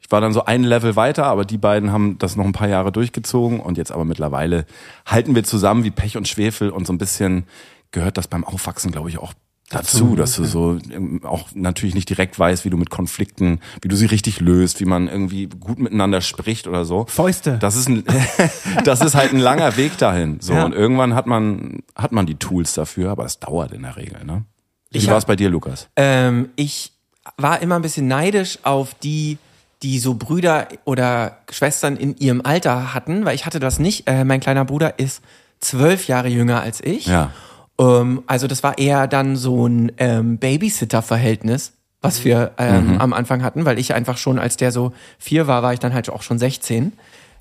ich war dann so ein Level weiter, aber die beiden haben das noch ein paar Jahre durchgezogen und jetzt aber mittlerweile halten wir zusammen wie Pech und Schwefel und so ein bisschen gehört das beim Aufwachsen, glaube ich, auch dazu, dass du so ähm, auch natürlich nicht direkt weißt, wie du mit Konflikten, wie du sie richtig löst, wie man irgendwie gut miteinander spricht oder so. Fäuste. Das ist ein, <laughs> das ist halt ein langer Weg dahin. So Ja. und irgendwann hat man hat man die Tools dafür, aber es dauert in der Regel. Ne? Wie Ich war hab- es bei dir, Lukas? Ähm, ich war immer ein bisschen neidisch auf die, die so Brüder oder Schwestern in ihrem Alter hatten, weil ich hatte das nicht. Äh, mein kleiner Bruder ist zwölf Jahre jünger als ich. Ja. Ähm, also das war eher dann so ein ähm, Babysitter-Verhältnis, was wir ähm, am Anfang hatten, weil ich einfach schon, als der so vier war, war ich dann halt auch schon 16.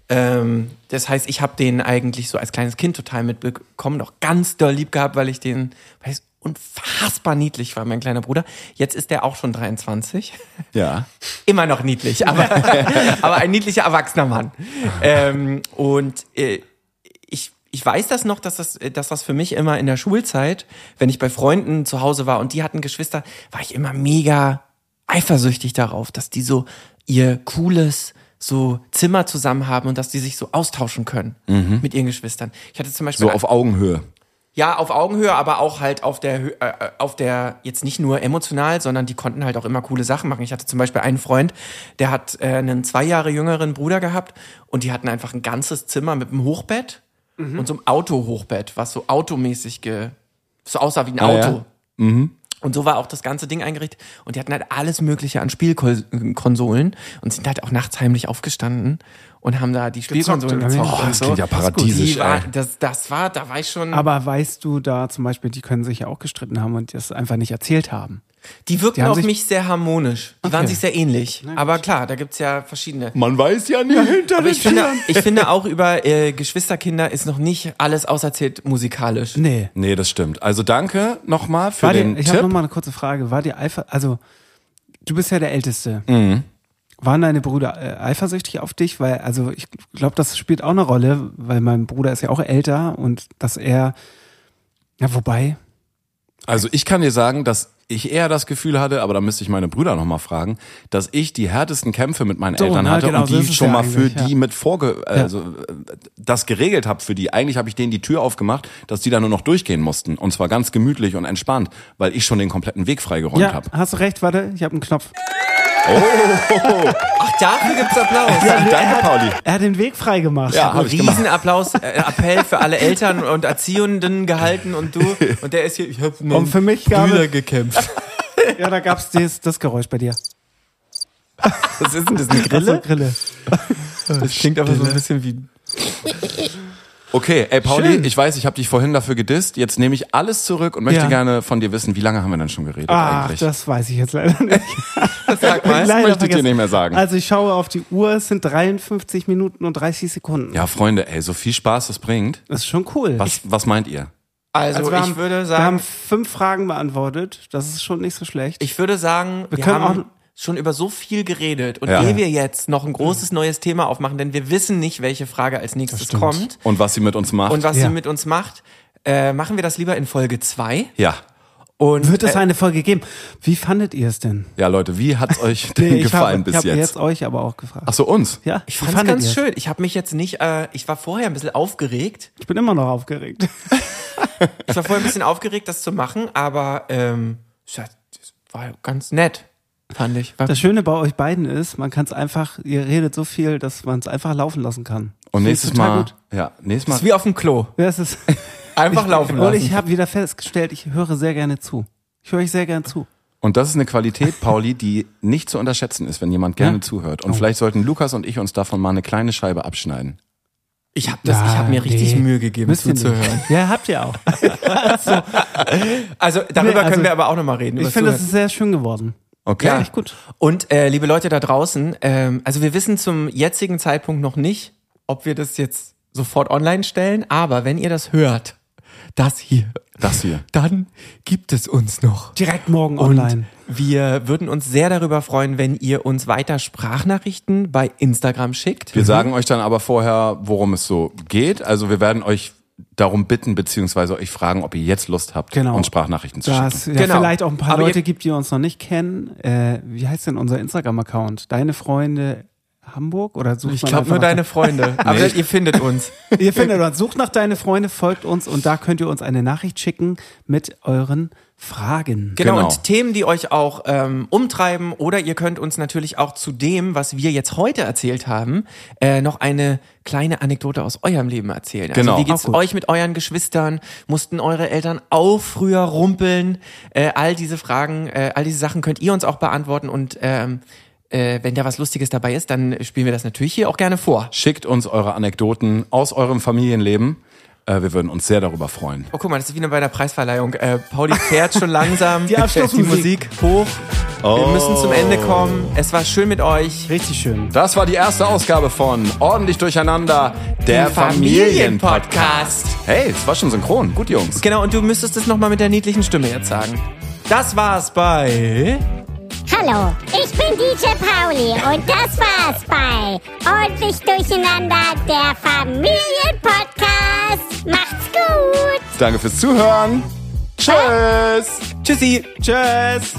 Ähm, das heißt, ich habe den eigentlich so als kleines Kind total mitbekommen, auch ganz doll lieb gehabt, weil ich den, weil es unfassbar niedlich war, mein kleiner Bruder. Jetzt ist der auch schon 23. Ja. Immer noch niedlich, aber, aber ein niedlicher erwachsener Mann. Ähm, und äh, ich, ich weiß das noch, dass das, äh, dass das für mich immer in der Schulzeit, wenn ich bei Freunden zu Hause war und die hatten Geschwister, war ich immer mega eifersüchtig darauf, dass die so ihr cooles so Zimmer zusammen haben und dass die sich so austauschen können mit ihren Geschwistern. Ich hatte zum Beispiel So auf Augenhöhe. ja, auf Augenhöhe, aber auch halt auf der, Hö- äh, auf der, jetzt nicht nur emotional, sondern die konnten halt auch immer coole Sachen machen. Ich hatte zum Beispiel einen Freund, der hat äh, einen zwei Jahre jüngeren Bruder gehabt und die hatten einfach ein ganzes Zimmer mit einem Hochbett und so einem Auto-Hochbett, was so automäßig ge, so aussah wie ein Ah, ja. Auto. Und so war auch das ganze Ding eingerichtet. Und die hatten halt alles Mögliche an Spielkonsolen und sind halt auch nachts heimlich aufgestanden und haben da die Spielkonsolen oder wie? gezockt. Oh, und das so. klingt ja paradiesisch, Die war, ey. das, das war, da war ich schon. Mhm. Aber weißt du da zum Beispiel, die können sich ja auch gestritten haben und das einfach nicht erzählt haben. Die wirkten Die haben auf sich- mich sehr harmonisch. Die waren Okay. sich sehr ähnlich. Aber klar, da gibt's ja verschiedene. Man weiß ja nie hinter Aber ich finde, ich finde auch über äh, Geschwisterkinder ist noch nicht alles auserzählt musikalisch. Nee. Nee, das stimmt. Also danke nochmal für War dir, den ich habe Tipp. nochmal eine kurze Frage. War dir Eifer, also du bist ja der Älteste. Mhm. Waren deine Brüder äh, eifersüchtig auf dich? Weil, also ich glaube, das spielt auch eine Rolle, weil mein Bruder ist ja auch älter und dass er, ja, wobei, Also ich kann dir sagen, dass ich eher das Gefühl hatte, aber da müsste ich meine Brüder nochmal fragen, dass ich die härtesten Kämpfe mit meinen So, Eltern na, hatte genau, und so die ist es schon ja mal für eigentlich, die ja. mit vorge also äh, das geregelt habe für die. Eigentlich habe ich denen die Tür aufgemacht, dass die da nur noch durchgehen mussten und zwar ganz gemütlich und entspannt, weil ich schon den kompletten Weg freigeräumt ja, <laughs> habe. hast du recht, warte, ich habe einen Knopf. Ach, dafür gibt's Applaus. <laughs> Danke, Pauli. Er hat den Weg freigemacht. Ja, Ein habe ich gemacht. Riesenapplaus, äh, Appell für alle Eltern und Erziehenden gehalten und du. Und der ist hier, ich hab mit Und für mich gab Brüder es- gekämpft. Ja, da gab's das, das Geräusch bei dir. Was ist denn das, eine Also Grille? Grille. Das klingt aber so ein bisschen wie... Okay, ey Pauli, Schön. ich weiß, ich habe dich vorhin dafür gedisst. Jetzt nehme ich alles zurück und möchte Ja. gerne von dir wissen, wie lange haben wir denn schon geredet Ach, eigentlich? das weiß ich jetzt <laughs> leider nicht. Sag mal. <laughs> leider möchte ich dir vergessen. nicht mehr sagen. Also ich schaue auf die Uhr, es sind 53 Minuten und 30 Sekunden. Ja, Freunde, ey, so viel Spaß das bringt. Das ist schon cool. Was, was meint ihr? Also, wir ich haben- würde Wir haben sagen, fünf Fragen beantwortet. Das ist schon nicht so schlecht. ich würde sagen, wir, können haben auch- schon über so viel geredet und Ja. ehe wir jetzt noch ein großes neues Thema aufmachen, denn wir wissen nicht, welche Frage als nächstes kommt Und was sie mit uns macht. und was ja. sie mit uns macht, äh, machen wir das lieber in Folge zwei. Ja. Und Wird es äh, eine Folge geben? Wie fandet ihr <laughs> es denn? Ja, Leute, wie <laughs> hat's euch denn ich gefallen hab, bis ich hab jetzt? jetzt euch aber auch gefragt. Ach so, uns? Ja, ich wie fand's fandet ganz ihr's? schön. Ich habe mich jetzt nicht, äh, ich war vorher ein bisschen aufgeregt. Ich bin immer noch <laughs> aufgeregt. Ich war vorher ein bisschen aufgeregt, das zu machen, aber ähm, es hat- es war ganz nett, fand ich. War Das Schöne bei euch beiden ist, man kann es einfach, ihr redet so viel, dass man es einfach laufen lassen kann. Und Finde ich nächstes total Mal, gut. ja, nächstes ist Mal, wie auf dem Klo. Ja, es ist, <laughs> Einfach laufen lassen. Und ich habe wieder festgestellt, ich höre sehr gerne zu. Ich höre euch sehr gerne zu. und das ist eine Qualität, Pauli, die nicht zu unterschätzen ist, wenn jemand gerne <laughs> Ja. Oh. zuhört. Und vielleicht sollten Lukas und ich uns davon mal eine kleine Scheibe abschneiden. Ich habe das, ich habe mir richtig nee. Mühe gegeben, Müsst ihr nicht. zuzuhören. <laughs> Ja, habt ihr auch. Also darüber Nee, also- können wir aber auch nochmal reden. Ich übers finde, das Zuhören. ist sehr schön geworden. Okay. Ja, echt gut. Und äh, liebe Leute da draußen, ähm, also wir wissen zum jetzigen Zeitpunkt noch nicht, ob wir das jetzt sofort online stellen, aber wenn ihr das hört, das hier, Das hier. dann gibt es uns noch. Direkt morgen online. Und wir würden uns sehr darüber freuen, wenn ihr uns weiter Sprachnachrichten bei Instagram schickt. Wir sagen euch dann aber vorher, worum es so geht. Also wir werden euch darum bitten, beziehungsweise euch fragen, ob ihr jetzt Lust habt, Genau. uns Sprachnachrichten zu schicken. Dass ja, Genau. vielleicht auch ein paar Aber ihr- Leute gibt, die uns noch nicht kennen. Äh, wie heißt denn unser Instagram-Account? Deine Freunde Hamburg oder sucht Ich man glaube einfach nur nach- deine Freunde. <laughs> Aber ihr findet uns. Ihr findet uns, sucht nach deine Freunde, folgt uns und da könnt ihr uns eine Nachricht schicken mit euren Fragen. Genau, Genau. und Themen, die euch auch ähm, umtreiben oder ihr könnt uns natürlich auch zu dem, was wir jetzt heute erzählt haben, äh, noch eine kleine Anekdote aus eurem Leben erzählen. Genau. Also, wie geht's Auch gut. euch mit euren Geschwistern? Mussten eure Eltern auch früher rumpeln? Äh, all diese Fragen, äh, all diese Sachen könnt ihr uns auch beantworten und ähm, äh, wenn da was Lustiges dabei ist, dann spielen wir das natürlich hier auch gerne vor. Schickt uns eure Anekdoten aus eurem Familienleben. Äh, wir würden uns sehr darüber freuen. Oh, guck mal, das ist wie bei der Preisverleihung. Äh, Pauli fährt schon langsam. <laughs> Die Abschlussmusik. <laughs> Die Musik hoch. Wir müssen Oh. zum Ende kommen. Es war schön mit euch. Richtig schön. Das war die erste Ausgabe von Ordentlich Durcheinander, der Familienpodcast. Hey, es war schon synchron. Gut, Jungs. Genau, und du müsstest es nochmal mit der niedlichen Stimme jetzt sagen. Das war's bei. Hallo, ich bin DJ Pauli und das war's bei Ordentlich Durcheinander, der Familienpodcast. Macht's gut! Danke fürs Zuhören. Tschüss. Tschüssi. Tschüss.